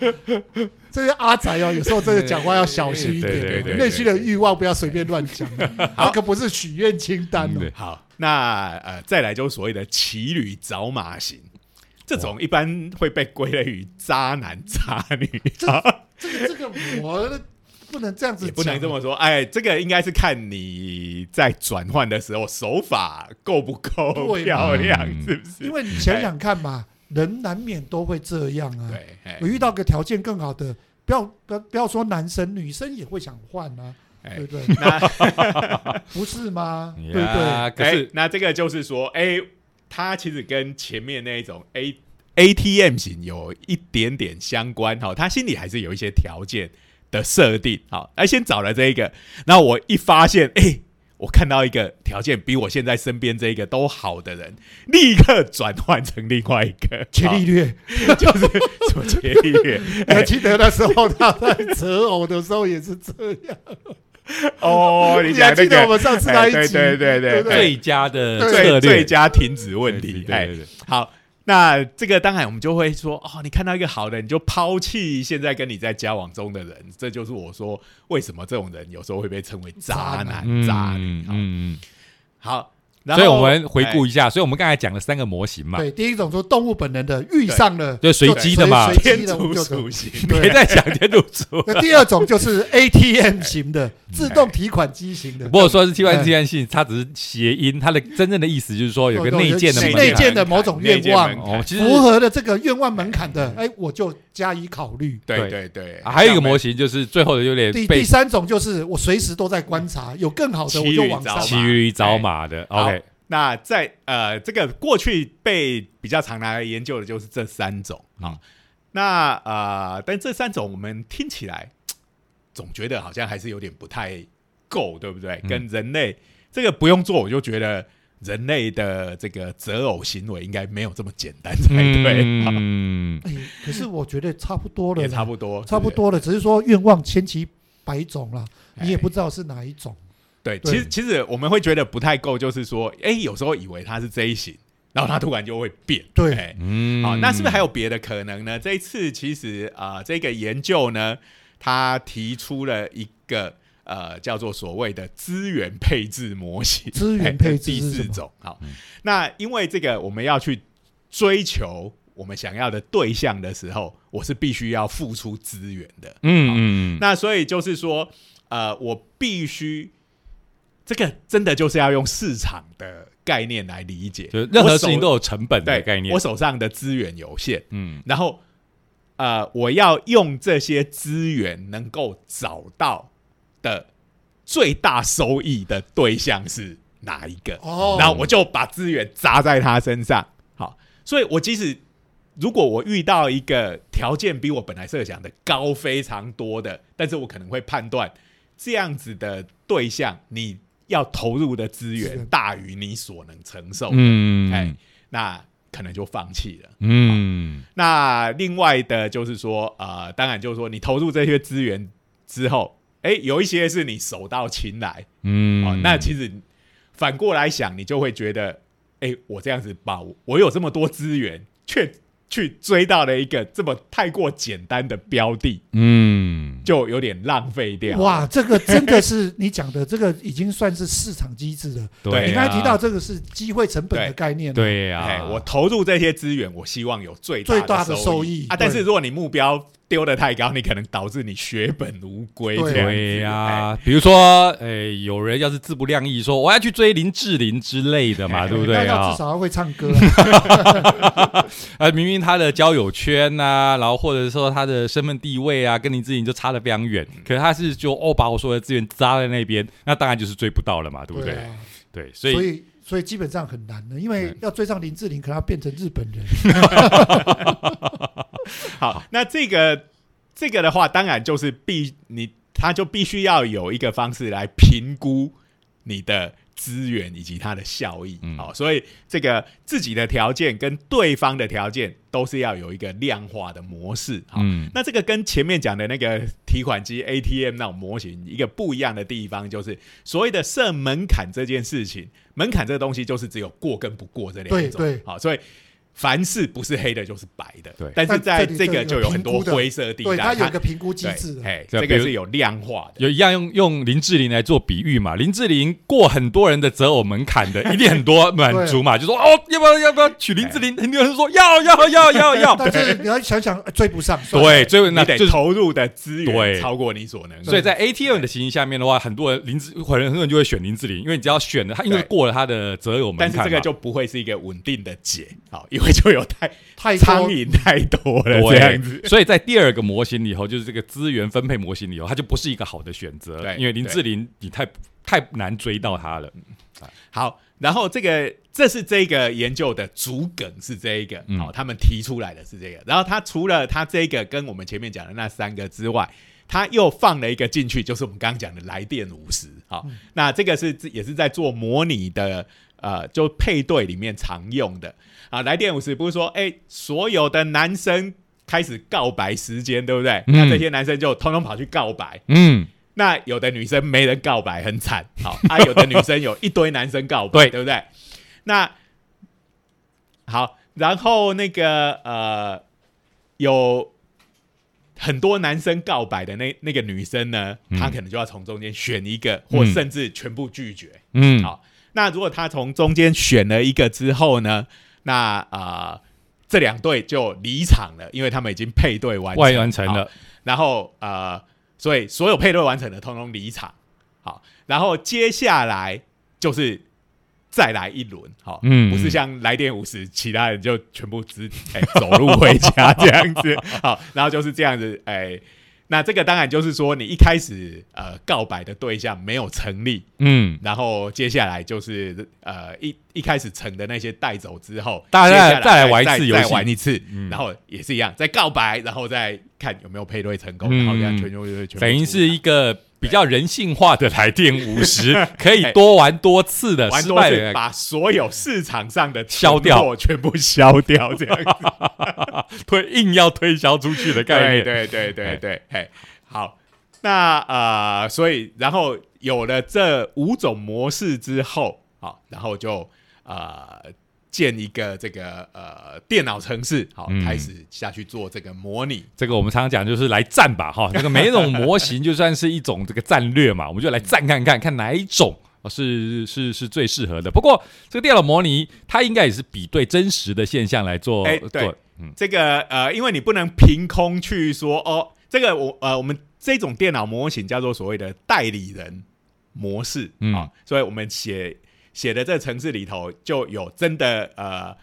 Speaker 3: 这些阿宅哦，有时候真的讲话要小心一点，哦
Speaker 2: 对对对对
Speaker 3: 内心的欲望不要随便乱讲，那可不是许愿清单
Speaker 2: 嗯
Speaker 3: 哦
Speaker 2: 对。
Speaker 1: 好，那呃，再来就是所谓的骑驴找马型，这种一般会被归类于渣男渣女。
Speaker 3: 这个这个我不能这样子
Speaker 1: 也
Speaker 3: 讲，
Speaker 1: 不能这么说。哎，这个应该是看你在转换的时候手法够不够
Speaker 3: 对
Speaker 1: 漂亮，
Speaker 2: 嗯
Speaker 1: 是不是？
Speaker 3: 因为你想想看嘛，人难免都会这样啊。
Speaker 1: 对，哎
Speaker 3: 我遇到个条件更好的，不要不要不要说男生，女生也会想换啊，
Speaker 1: 哎
Speaker 3: 对不对？
Speaker 1: 那
Speaker 3: 不是吗？对不对？
Speaker 2: 呀可是
Speaker 1: 哎那这个就是说，哎，它其实跟前面那一种哎 A ATM 型有一点点相关哈，它心里还是有一些条件的设定。好，哎，先找了这一个，那我一发现，哎。我看到一个条件比我现在身边这一个都好的人，立刻转换成另外一个
Speaker 3: 伽利略，
Speaker 1: 就是什么伽利略
Speaker 3: 你还记得那时候他在择偶的时候也是这样。
Speaker 1: 哦，你
Speaker 3: 你
Speaker 1: 讲
Speaker 3: 还
Speaker 1: 那
Speaker 3: 记得我
Speaker 1: 个
Speaker 3: 们上次那一
Speaker 1: 哎
Speaker 3: 集？
Speaker 1: 对对对
Speaker 3: 对不
Speaker 1: 对
Speaker 2: 最佳的
Speaker 3: 对
Speaker 2: 策略
Speaker 1: 最最佳停止问
Speaker 2: 对
Speaker 1: 题，
Speaker 2: 对
Speaker 1: 哎，
Speaker 2: 对对
Speaker 1: 好，那这个当然我们就会说，哦，你看到一个好的，你就抛弃现在跟你在交往中的人，这就是我说为什么这种人有时候会被称为渣男
Speaker 2: 嗯
Speaker 1: 渣
Speaker 2: 嗯
Speaker 1: 女。
Speaker 2: 嗯，
Speaker 1: 好，好然
Speaker 2: 所
Speaker 1: 后
Speaker 2: 以我们回顾一下，所以我们刚才讲了三个模型嘛，
Speaker 3: 哎对，第一种说动物本能的遇上了，
Speaker 2: 对随机的嘛
Speaker 3: 就
Speaker 1: 哎
Speaker 3: 随随
Speaker 1: 天
Speaker 3: 机的
Speaker 1: 竺
Speaker 3: 就
Speaker 1: 鼠型，
Speaker 2: 别
Speaker 3: 对。
Speaker 2: 再讲天主主，
Speaker 3: 那第二种就是 ATM 型的自动提款机型的，
Speaker 2: 不过说是 T
Speaker 3: 哎
Speaker 2: Y T N 性，它只是谐音，它的真正的意思就是说有个内建的
Speaker 3: 哦是
Speaker 2: 门槛
Speaker 3: 内建的某种愿望
Speaker 1: 内建门槛
Speaker 2: 哦，其实
Speaker 3: 符合了这个愿望门槛的，哎，我就加以考虑。
Speaker 1: 对
Speaker 2: 对
Speaker 1: 对对，
Speaker 2: 啊还有一个模
Speaker 1: 型，
Speaker 2: 型就是最后的有点
Speaker 3: 第
Speaker 2: 被
Speaker 3: 第三种就是我随时都在观察，有更好的我
Speaker 1: 骑
Speaker 3: 就
Speaker 1: 驴
Speaker 3: 往
Speaker 1: 找
Speaker 3: 上
Speaker 1: 马
Speaker 2: 骑驴
Speaker 3: 哎
Speaker 2: 找马的
Speaker 1: 好
Speaker 2: ，OK，
Speaker 1: 那在呃，这个过去被比较常拿来研究的就是这三种啊、
Speaker 2: 嗯
Speaker 1: 那呃，但这三种我们听起来嘖总觉得好像还是有点不太够，对不对？
Speaker 2: 嗯
Speaker 1: 跟人类这个不用做，我就觉得人类的这个择偶行为应该没有这么简单才对，好
Speaker 2: 嗯，
Speaker 3: 哎，可是我觉得差不多了
Speaker 1: 也
Speaker 3: 啦，
Speaker 1: 差不多，
Speaker 2: 哦
Speaker 3: 差
Speaker 1: 是
Speaker 3: 不
Speaker 1: 是。
Speaker 3: 多了，只是说愿望千奇百种啦，
Speaker 1: 哎
Speaker 3: 你也不知道是哪一种。
Speaker 1: 对，
Speaker 3: 对
Speaker 1: 其实其实我们会觉得不太够，就是说，哎，有时候以为他是这一型，然后他突然就会变，
Speaker 3: 对
Speaker 1: 哎
Speaker 2: 嗯
Speaker 1: 好、那是不是还有别的可能呢？这一次其实啊、呃这个研究呢，他提出了一个呃叫做所谓的资源配置模型。
Speaker 3: 资 源
Speaker 1: 哎
Speaker 3: 配置
Speaker 1: 第
Speaker 3: 是什
Speaker 1: 四
Speaker 3: 么？
Speaker 1: 种，好，
Speaker 2: 嗯
Speaker 1: 那因为这个我们要去追求我们想要的对象的时候，我是必须要付出资源的。
Speaker 2: 嗯嗯，
Speaker 1: 那所以就是说，呃，我必须这个真的就是要用市场的概念来理解，
Speaker 2: 就任何事情
Speaker 1: 我手
Speaker 2: 都有成本的
Speaker 1: 对
Speaker 2: 概念
Speaker 1: 我，手上的资源有限，
Speaker 2: 嗯
Speaker 1: 然后呃，我要用这些资源能够找到的最大收益的对象是哪一个？
Speaker 3: 哦
Speaker 1: 然后我就把资源砸在他身上。好，所以我即使如果我遇到一个条件比我本来设想的高非常多的，但是我可能会判断这样子的对象，你要投入的资
Speaker 3: 资
Speaker 1: 源
Speaker 3: 源
Speaker 1: 大于你所能承受，
Speaker 2: 嗯
Speaker 1: 哎，那可能就放弃了。
Speaker 2: 嗯
Speaker 1: 那另外的就是说，呃，当然就是说，你投入这些资源之后，哎，有一些是你手到擒来
Speaker 2: 嗯，
Speaker 1: 哦、那其实反过来想，你就会觉得，哎，我这样子把我我有这么多资源，却去追到了一个这么太过简单的标的，
Speaker 2: 嗯
Speaker 1: 就有点浪费掉。
Speaker 3: 哇，，这个真的是你讲的，这个已经算是市场机制了。
Speaker 1: 对
Speaker 3: 你
Speaker 2: 啊
Speaker 3: 刚才提到这个是机会成本的概念，，啊
Speaker 2: 对啊
Speaker 1: 哎，
Speaker 2: 呀，
Speaker 1: 我投入这些资源，我希望有最大
Speaker 3: 最大的
Speaker 1: 收
Speaker 3: 收益
Speaker 1: 啊。
Speaker 3: 对
Speaker 1: 但是如果你目标丢得太高，你可能导致你血本无归。
Speaker 3: 对啊
Speaker 1: 这样子
Speaker 2: 对呀、
Speaker 1: 哎
Speaker 2: 比如说，诶，有人要是自不量力，说我要去追林志玲之类的
Speaker 1: 哎
Speaker 2: 嘛，对不
Speaker 3: 那
Speaker 2: 对
Speaker 3: 要
Speaker 2: 啊
Speaker 3: 至？少要会唱歌啊。
Speaker 2: 呃，明明他的交友圈呐、然后或者说他的身份地位啊，跟林志玲就差得非常远，
Speaker 1: 嗯
Speaker 2: 可是他是就哦把我所有的资源扎在那边，那当然就是追不到了 嘛，对不对？
Speaker 3: 对啊，
Speaker 2: 对，所以
Speaker 3: 所以所以基本上很难的，因为要追上林志玲，可能要变成日本人。
Speaker 1: 好，那这个这个的话，当然就是必你，他就必须要有一个方式来评估你的资源以及它的效益。
Speaker 2: 嗯
Speaker 1: 好、所以这个自己的条件跟对方的条件都是要有一个量化的模式。好、
Speaker 2: 嗯
Speaker 1: 那这个跟前面讲的那个提款机 ATM 那种模型一个不一样的地方，就是所谓的设门槛这件事情，门槛这个东西就是只有过跟不过这两种。
Speaker 3: 对对
Speaker 1: 好，所以凡事不是黑的就是白的，
Speaker 2: 对
Speaker 1: 但是在
Speaker 3: 但这里
Speaker 1: 这个就有很
Speaker 3: 有
Speaker 1: 多
Speaker 3: 评估的
Speaker 1: 灰色地
Speaker 3: 对
Speaker 1: 带，
Speaker 3: 它有一个评估机
Speaker 1: 对
Speaker 3: 制啊，
Speaker 1: 哎，
Speaker 2: 对
Speaker 1: 这
Speaker 2: 比
Speaker 1: 个
Speaker 2: 如
Speaker 1: 是有量化的，
Speaker 2: 有一样用用林志玲来做比喻嘛，林志玲过很多人的择偶门 槛的，一定很多满足嘛，就说哦，要不要要不要娶林志玲？很多人说要 要要要要，
Speaker 3: 但是你要想想呃追不上，算了，
Speaker 2: 对，最后
Speaker 1: 你
Speaker 2: 那
Speaker 1: 得
Speaker 2: 就是。
Speaker 1: 投入的资
Speaker 2: 对
Speaker 1: 源超过你所能，
Speaker 2: 所以在 ATM 的情形下面的话，很多人林志，很多人很多人就会选林志玲，因为你只要选了他，因为
Speaker 1: 对
Speaker 2: 过了他的择偶门槛
Speaker 1: 但
Speaker 2: 嘛。
Speaker 1: 是这个就不会是一个稳定的解，好，因为就有太
Speaker 3: 太多
Speaker 1: 苍蝇太多了这
Speaker 2: 对
Speaker 1: 样子，
Speaker 2: 所以在第二个模型里头，就是这个资源分配模型里头，它就不是一个好的选择，
Speaker 1: 对
Speaker 2: 因为林志玲你太太难追到她了。
Speaker 1: 好，然后这个这是这个研究的主梗是这一个，好、
Speaker 2: 嗯
Speaker 1: 他们提出来的是这个。然后他除了他这个跟我们前面讲的那三个之外，他又放了一个进去，就是我们刚刚讲的来电五十。好、
Speaker 2: 嗯
Speaker 1: 那这个是也是在做模拟的，呃，就配对里面常用的啊。来电五十不是说，哎，所有的男生开始告白时间，对不对？那
Speaker 2: 嗯
Speaker 1: 这些男生就通通跑去告白。
Speaker 2: 嗯，
Speaker 1: 那有的女生没人告白，很惨。好 啊，有的女生有一堆男生告白，
Speaker 2: 对
Speaker 1: 对不对？那好，然后那个呃，有很多男生告白的那那个女生呢，
Speaker 2: 嗯
Speaker 1: 她可能就要从中间选一个，或
Speaker 2: 嗯
Speaker 1: 甚至全部拒绝。
Speaker 2: 嗯
Speaker 1: 好那如果她从中间选了一个之后呢，那啊、呃这两队就离场了，因为他们已经配对完
Speaker 2: 外
Speaker 1: 成
Speaker 2: 完成
Speaker 1: 好
Speaker 2: 了，
Speaker 1: 然后呃，所以所有配对完成的通通离场。好，然后接下来就是再来一轮，好、
Speaker 2: 嗯
Speaker 1: 不是像来电五十，其他人就全部直哎、走路回家这样子，好，然后就是这样子，哎、那这个当然就是说，你一开始呃告白的对象没有成立，
Speaker 2: 嗯，
Speaker 1: 然后接下来就是呃一一开始成的那些带走之后，
Speaker 2: 大家
Speaker 1: 接下来
Speaker 2: 再来玩一
Speaker 1: 再
Speaker 2: 次游戏
Speaker 1: 再玩一次，
Speaker 2: 嗯
Speaker 1: 然后也是一样，再告白，然后再看有没有配对成功，
Speaker 2: 嗯
Speaker 1: 然后这样全部就是全部
Speaker 2: 等于是一
Speaker 1: 出
Speaker 2: 个比较人性化的来电五 十，可以多玩多次的，
Speaker 1: 哎来玩
Speaker 2: 失
Speaker 1: 多
Speaker 2: 败
Speaker 1: 次，
Speaker 2: 的
Speaker 1: 把所有市场上的
Speaker 2: 消掉
Speaker 1: 存货全部消掉，这样子
Speaker 2: 推硬要推销出去的概
Speaker 1: 对
Speaker 2: 念。哎
Speaker 1: 对对对对，嘿，好，那呃，所以然后有了这五种模式之后，好，然后就呃。建一个这个呃电脑城市，好、
Speaker 2: 嗯
Speaker 1: 开始下去做这个模拟，
Speaker 2: 这个我们常常讲就是来战吧，哈，这个每一种模型就算是一种这个战略嘛，我们就来战看看，看哪一种哦是是是最适合的。不过这个电脑模拟它应该也是比对真实的现象来做，
Speaker 1: 哎对
Speaker 2: 做，嗯
Speaker 1: 这个呃，因为你不能凭空去说哦，这个我呃，我们这种电脑模型叫做所谓的代理人模式啊、
Speaker 2: 嗯
Speaker 1: 所以我们写写的这城市里头就有真的呃。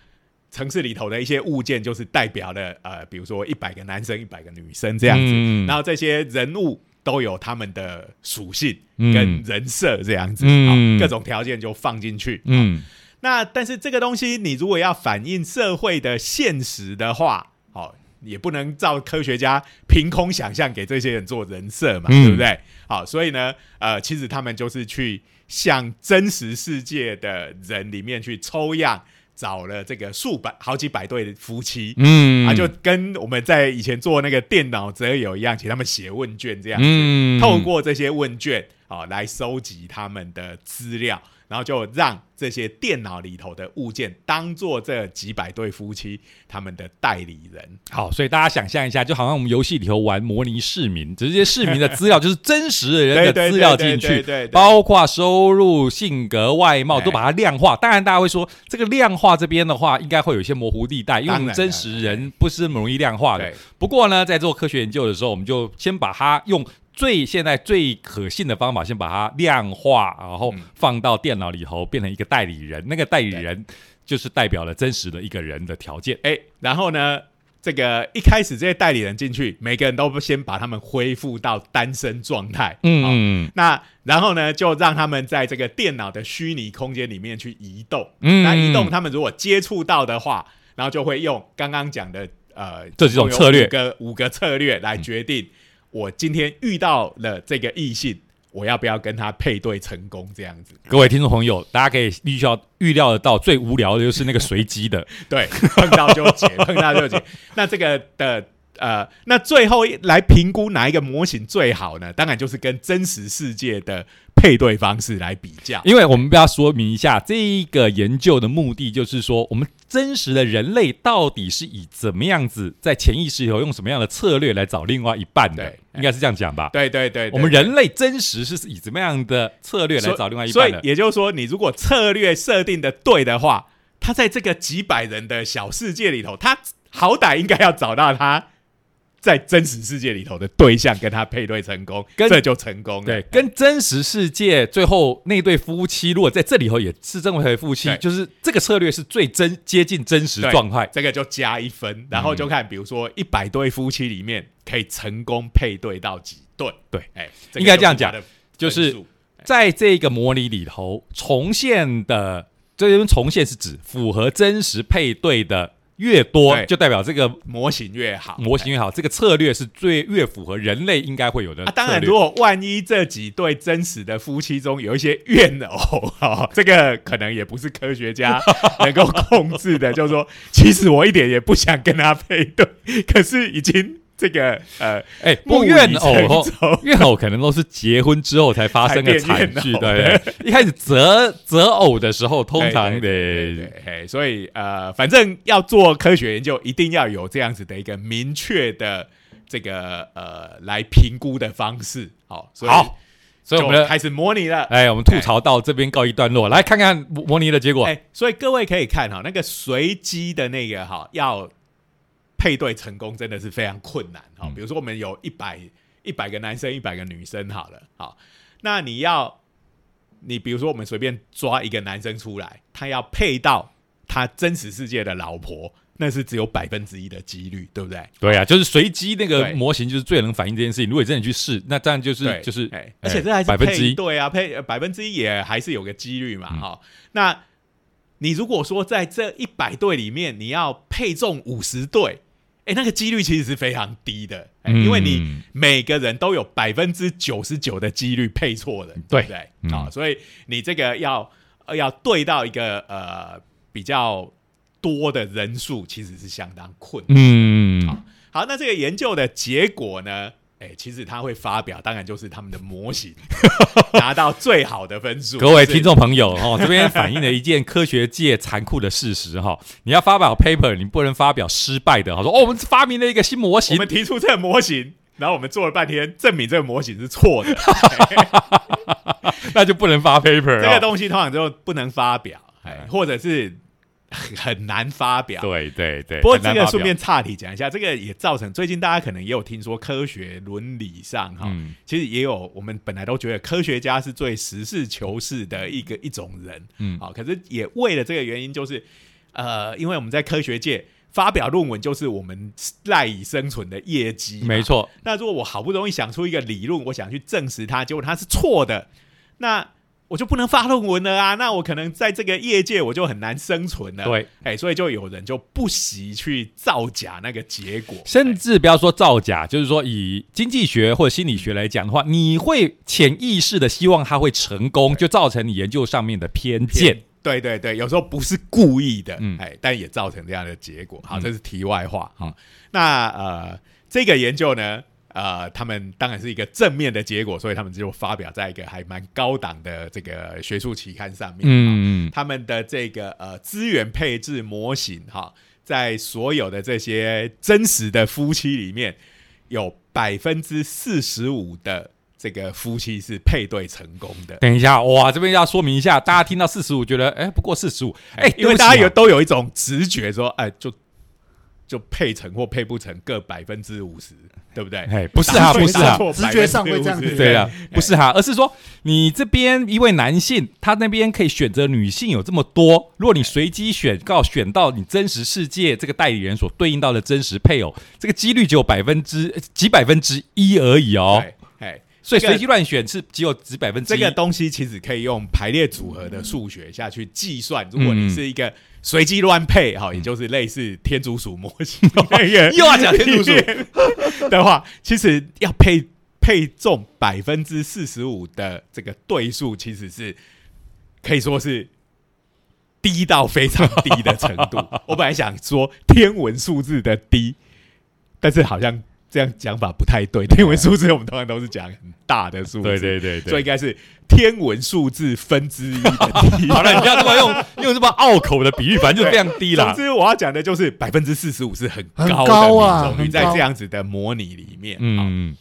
Speaker 1: 城市里头的一些物件，就是代表了呃，比如说一百个男生、一百个女生这样子，
Speaker 2: 嗯
Speaker 1: 然后这些人物都有他们的属性
Speaker 2: 嗯
Speaker 1: 跟人设这样子，
Speaker 2: 嗯
Speaker 1: 啊各种条件就放进去。
Speaker 2: 嗯
Speaker 1: 那但是这个东西，你如果要反映社会的现实的话，哦，也不能照科学家凭空想象给这些人做人设嘛，
Speaker 2: 嗯
Speaker 1: 对不对？好，所以呢，呃，其实他们就是去向真实世界的人里面去抽样，找了这个数百、好几百对的夫妻。
Speaker 2: 嗯
Speaker 1: 啊，就跟我们在以前做那个电脑择友一样，请他们写问卷这样子
Speaker 2: 嗯
Speaker 1: 透过这些问卷啊、哦来收集他们的资料，然后就让这些电脑里头的物件当做这几百对夫妻他们的代理人。
Speaker 2: 好，所以大家想象一下，就好像我们游戏里头玩模拟市民，只是这些市民的资料就是真实的人的资料进
Speaker 1: 对对对对
Speaker 2: 去
Speaker 1: 对对，对
Speaker 2: 包括收入、性格、外貌
Speaker 1: 哎
Speaker 2: 都把它量化。当然，大家会说这个量化这边的话，应该会有一些模糊地带，因为我
Speaker 1: 当
Speaker 2: 们
Speaker 1: 然
Speaker 2: 真实人不是那么容易量化的
Speaker 1: 对。
Speaker 2: 不过呢，在做科学研究的时候，我们就先把它用。最现在最可信的方法，先把它量化，然后放到电脑里头，变成一个代理人。那个代理人就是代表了真实的一个人的条件。
Speaker 1: 哎，然后呢，这个一开始这些代理人进去，每个人都先把他们恢复到单身状态。啊好
Speaker 2: 嗯
Speaker 1: 那然后呢，就让他们在这个电脑的虚拟空间里面去移动。
Speaker 2: 嗯
Speaker 1: 那移动他们如果接触到的话，然后就会用刚刚讲的呃，
Speaker 2: 这几种策略嗯
Speaker 1: 五个五个策略来决定我今天遇到了这个异性，我要不要跟他配对成功这样子。
Speaker 2: 各位听众朋友，大家可以预料预料得到，最无聊的就是那个随机的，
Speaker 1: 对，碰到就解，碰到就解。那这个的。呃，那最后一来评估哪一个模型最好呢？当然就是跟真实世界的配对方式来比较。
Speaker 2: 因为我们要说明一下，这一个研究的目的就是说，我们真实的人类到底是以怎么样子在潜意识里头用什么样的策略来找另外一半的
Speaker 1: 对，
Speaker 2: 应该是这样讲吧？
Speaker 1: 对对对
Speaker 2: 我们人类真实是以怎么样的策略来找另外一
Speaker 1: 所以所
Speaker 2: 半
Speaker 1: 以
Speaker 2: 的？
Speaker 1: 也就是说，你如果策略设定的对的话，他在这个几百人的小世界里头，他好歹应该要找到他在真实世界里头的对象，跟他配对成功，
Speaker 2: 跟
Speaker 1: 这就成功了。
Speaker 2: 对，跟真实世界最后那对夫妻，如果在这里头也是认为夫妻
Speaker 1: 对，
Speaker 2: 就是这个策略是最真接近真实
Speaker 1: 对
Speaker 2: 状态。
Speaker 1: 这个就加一分，然后就看，比如说一百对夫妻里面可以成功配对到几对？
Speaker 2: 对，
Speaker 1: 哎，个
Speaker 2: 应该这样讲
Speaker 1: 就是它的
Speaker 2: 就是
Speaker 1: 分数
Speaker 2: 在这个模拟里头，重现的这边重现是指符合真实配对的越多，
Speaker 1: 对
Speaker 2: 就代表这个
Speaker 1: 模型越好，
Speaker 2: 模型越好，这个策略是最越符合人类应该会有的策略。
Speaker 1: 啊，当然，如果万一这几对真实的夫妻中有一些怨偶，哦，这个可能也不是科学 家能够控制的。就是说，其实我一点也不想跟他配对，可是已经这个呃，
Speaker 2: 哎，
Speaker 1: 木
Speaker 2: 不
Speaker 1: 已
Speaker 2: 怨偶
Speaker 1: 成仇，
Speaker 2: 怨偶可能都是结婚之后才发生的惨
Speaker 1: 才变
Speaker 2: 剧，
Speaker 1: 怨偶
Speaker 2: 对不对？一开始择择偶的时候，通常
Speaker 1: 对对
Speaker 2: 得
Speaker 1: 对嘿所以呃，反正要做科学研究，一定要有这样子的一个明确的这个呃来评估的方式。好，所以
Speaker 2: 好，
Speaker 1: 所
Speaker 2: 所以我们的
Speaker 1: 开始模拟了。
Speaker 2: 哎，我们吐槽到这边告一段落，来看看模模拟的结果
Speaker 1: 哎、。所以各位可以看哈，那个随机的那个哈，要配对成功真的是非常困难哈。
Speaker 2: 嗯
Speaker 1: 比如说我们有一百一百个男生，一百个女生好了，好，那你要你比如说我们随便抓一个男生出来，他要配到他真实世界的老婆，那是只有百分之一的几率，对不对？
Speaker 2: 对啊，就是随机那个
Speaker 1: 对
Speaker 2: 模型就是最能反映这件事情。如果你真的去试，那当然就是
Speaker 1: 对，
Speaker 2: 就是
Speaker 1: 哎，
Speaker 2: 哎
Speaker 1: 而且这还
Speaker 2: 百
Speaker 1: 是
Speaker 2: 分之
Speaker 1: 配
Speaker 2: 一。
Speaker 1: 对啊，配百分之一也还是有个几率嘛，哈、
Speaker 2: 嗯
Speaker 1: 那你如果说在这一百对里面，你要配中五十对，哎、那个几率其实是非常低的，哎
Speaker 2: 嗯
Speaker 1: 因为你每个人都有百分之九十九的几率配错的，
Speaker 2: 对
Speaker 1: 不对？啊、
Speaker 2: 嗯
Speaker 1: 所以你这个要呃要对到一个呃比较多的人数，其实是相当困难。
Speaker 2: 嗯，
Speaker 1: 好，那这个研究的结果呢？哎、其实他会发表，当然就是他们的模 型拿到最好的分数。
Speaker 2: 各位
Speaker 1: 是
Speaker 2: 听，众朋友哦，这边反映了一件科学界残酷的事实哈、你要发表 paper，你不能发表失败的。哈，说哦，我们发明了一个新模
Speaker 1: 我
Speaker 2: 型
Speaker 1: 们，提出这个模型，然后我们做了半天，证明这个模型是错的。
Speaker 2: 那就不能发 paper
Speaker 1: 这
Speaker 2: 哦
Speaker 1: 个东西通常就不能发表，哎，或者是很很难发表。
Speaker 2: 对对对，
Speaker 1: 不过
Speaker 2: 很难
Speaker 1: 这个
Speaker 2: 发
Speaker 1: 顺
Speaker 2: 表
Speaker 1: 便岔题讲一下，这个也造成最近大家可能也有听说科学伦理上哈，
Speaker 2: 嗯
Speaker 1: 其实也有我们本来都觉得科学家是最实事求是的一个一种人，
Speaker 2: 嗯
Speaker 1: 好、可是也为了这个原因，就是呃，因为我们在科学界发表论文就是我们赖以生存的业绩，
Speaker 2: 没。错，
Speaker 1: 那如果我好不容易想出一个理论，我想去证实它，结果它是错的，那我就不能发论文了啊！那我可能在这个业界我就很难生存了。
Speaker 2: 对，
Speaker 1: 哎、所以就有人就不惜去造假那个结果，
Speaker 2: 甚
Speaker 1: 哎
Speaker 2: 至不要说造假，就是说以经济学或者心理学来讲的话，你会潜意识的希望它会成功，就造成你研究上面的偏见。
Speaker 1: 对对对，有时候不是故意的，
Speaker 2: 嗯
Speaker 1: 哎，但也造成这样的结果。好，
Speaker 2: 嗯
Speaker 1: 这是题外话。好，
Speaker 2: 嗯
Speaker 1: 那呃，这个研究呢，呃，他们当然是一个正面的结果，所以他们就发表在一个还蛮高档的这个学术期刊上面。
Speaker 2: 嗯，
Speaker 1: 他们的这个呃资源配置模型哈、在所有的这些真实的夫妻里面，有百分之四十五的这个夫妻是配对成功的。
Speaker 2: 等一下，哇，这边要说明一下，大家听到四十五，觉得哎，不过四十五，哎，
Speaker 1: 因
Speaker 2: 对
Speaker 1: 为
Speaker 2: 不起
Speaker 1: 大家
Speaker 2: 啊
Speaker 1: 有都有一种直觉说，哎，就就配成或配不成各百分之五十，对不对？
Speaker 2: 哎，不是啊，
Speaker 1: 打错
Speaker 2: 不是
Speaker 1: 打
Speaker 2: 啊，
Speaker 1: 错
Speaker 3: 直觉上会这样
Speaker 1: 50%
Speaker 3: 觉得
Speaker 2: 对啊，不是哈、而是说你这边一位男性，他那边可以选择女性有这么多，如果你随机选，告诉选到你真实世界这个代理人所对应到的真实配偶，这个几率只有百分之呃几百分之一而已哦，
Speaker 1: 对，哎。
Speaker 2: 所以
Speaker 1: 这个
Speaker 2: 随机乱选是只有几百分之
Speaker 1: 这
Speaker 2: 一。
Speaker 1: 个东西其实可以用排列组合的数学下去计算。如
Speaker 2: 嗯
Speaker 1: 果你是一个随机乱配，哈、也就是类似天竺鼠模型那个
Speaker 2: 嗯 又要讲天竺
Speaker 1: 鼠 的话，其实要配配中百分之四十五的这个对数，其实是可以说是。低到非常低的程度，我本来想说天文数字的低，但是好像这样讲法不太对。天文数字我们通常都是讲很大的数字，
Speaker 2: 对对对
Speaker 1: 所以应
Speaker 2: 对。
Speaker 1: 该是天文数字分之一的 一。
Speaker 2: 好了，你不要这么用用这么拗口的比喻，反正就非常低
Speaker 1: 总
Speaker 2: 啦。
Speaker 1: 之，我要讲的就是百分之四十五是很高的
Speaker 3: 很高啊
Speaker 1: 命中率，
Speaker 3: 很
Speaker 1: 在
Speaker 3: 高
Speaker 1: 这样子的模拟里面，嗯，
Speaker 2: 嗯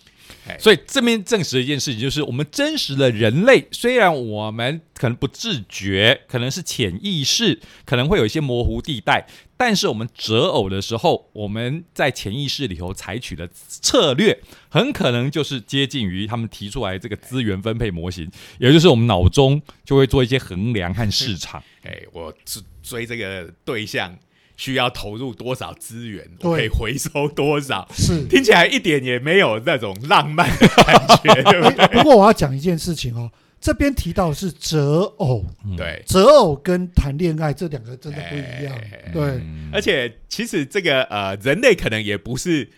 Speaker 1: 哎，
Speaker 2: 所以这边证实了一件事情，就是我们真实的人类，虽然我们可能不自觉，可能是潜意识，可能会有一些模糊地带，但是我们择偶的时候，我们在潜意识里头采取的策略，很可能就是接近于他们提出来这个资源分配模型，也就是我们脑中就会做一些衡量和市场。
Speaker 1: 哎，我追追这个对象需要投入多少资源，
Speaker 3: 对
Speaker 1: 我可以回收多少，
Speaker 3: 是。
Speaker 1: 听起来一点也没有那种浪漫的感觉，对不对？
Speaker 3: 不过我要讲一件事情哦，这边提到的是择偶，
Speaker 2: 嗯
Speaker 1: 对，
Speaker 3: 择偶跟谈恋爱这两个真的不一样。
Speaker 1: 哎
Speaker 3: 对，
Speaker 2: 嗯
Speaker 1: 而且其实这个呃，人类可能也不是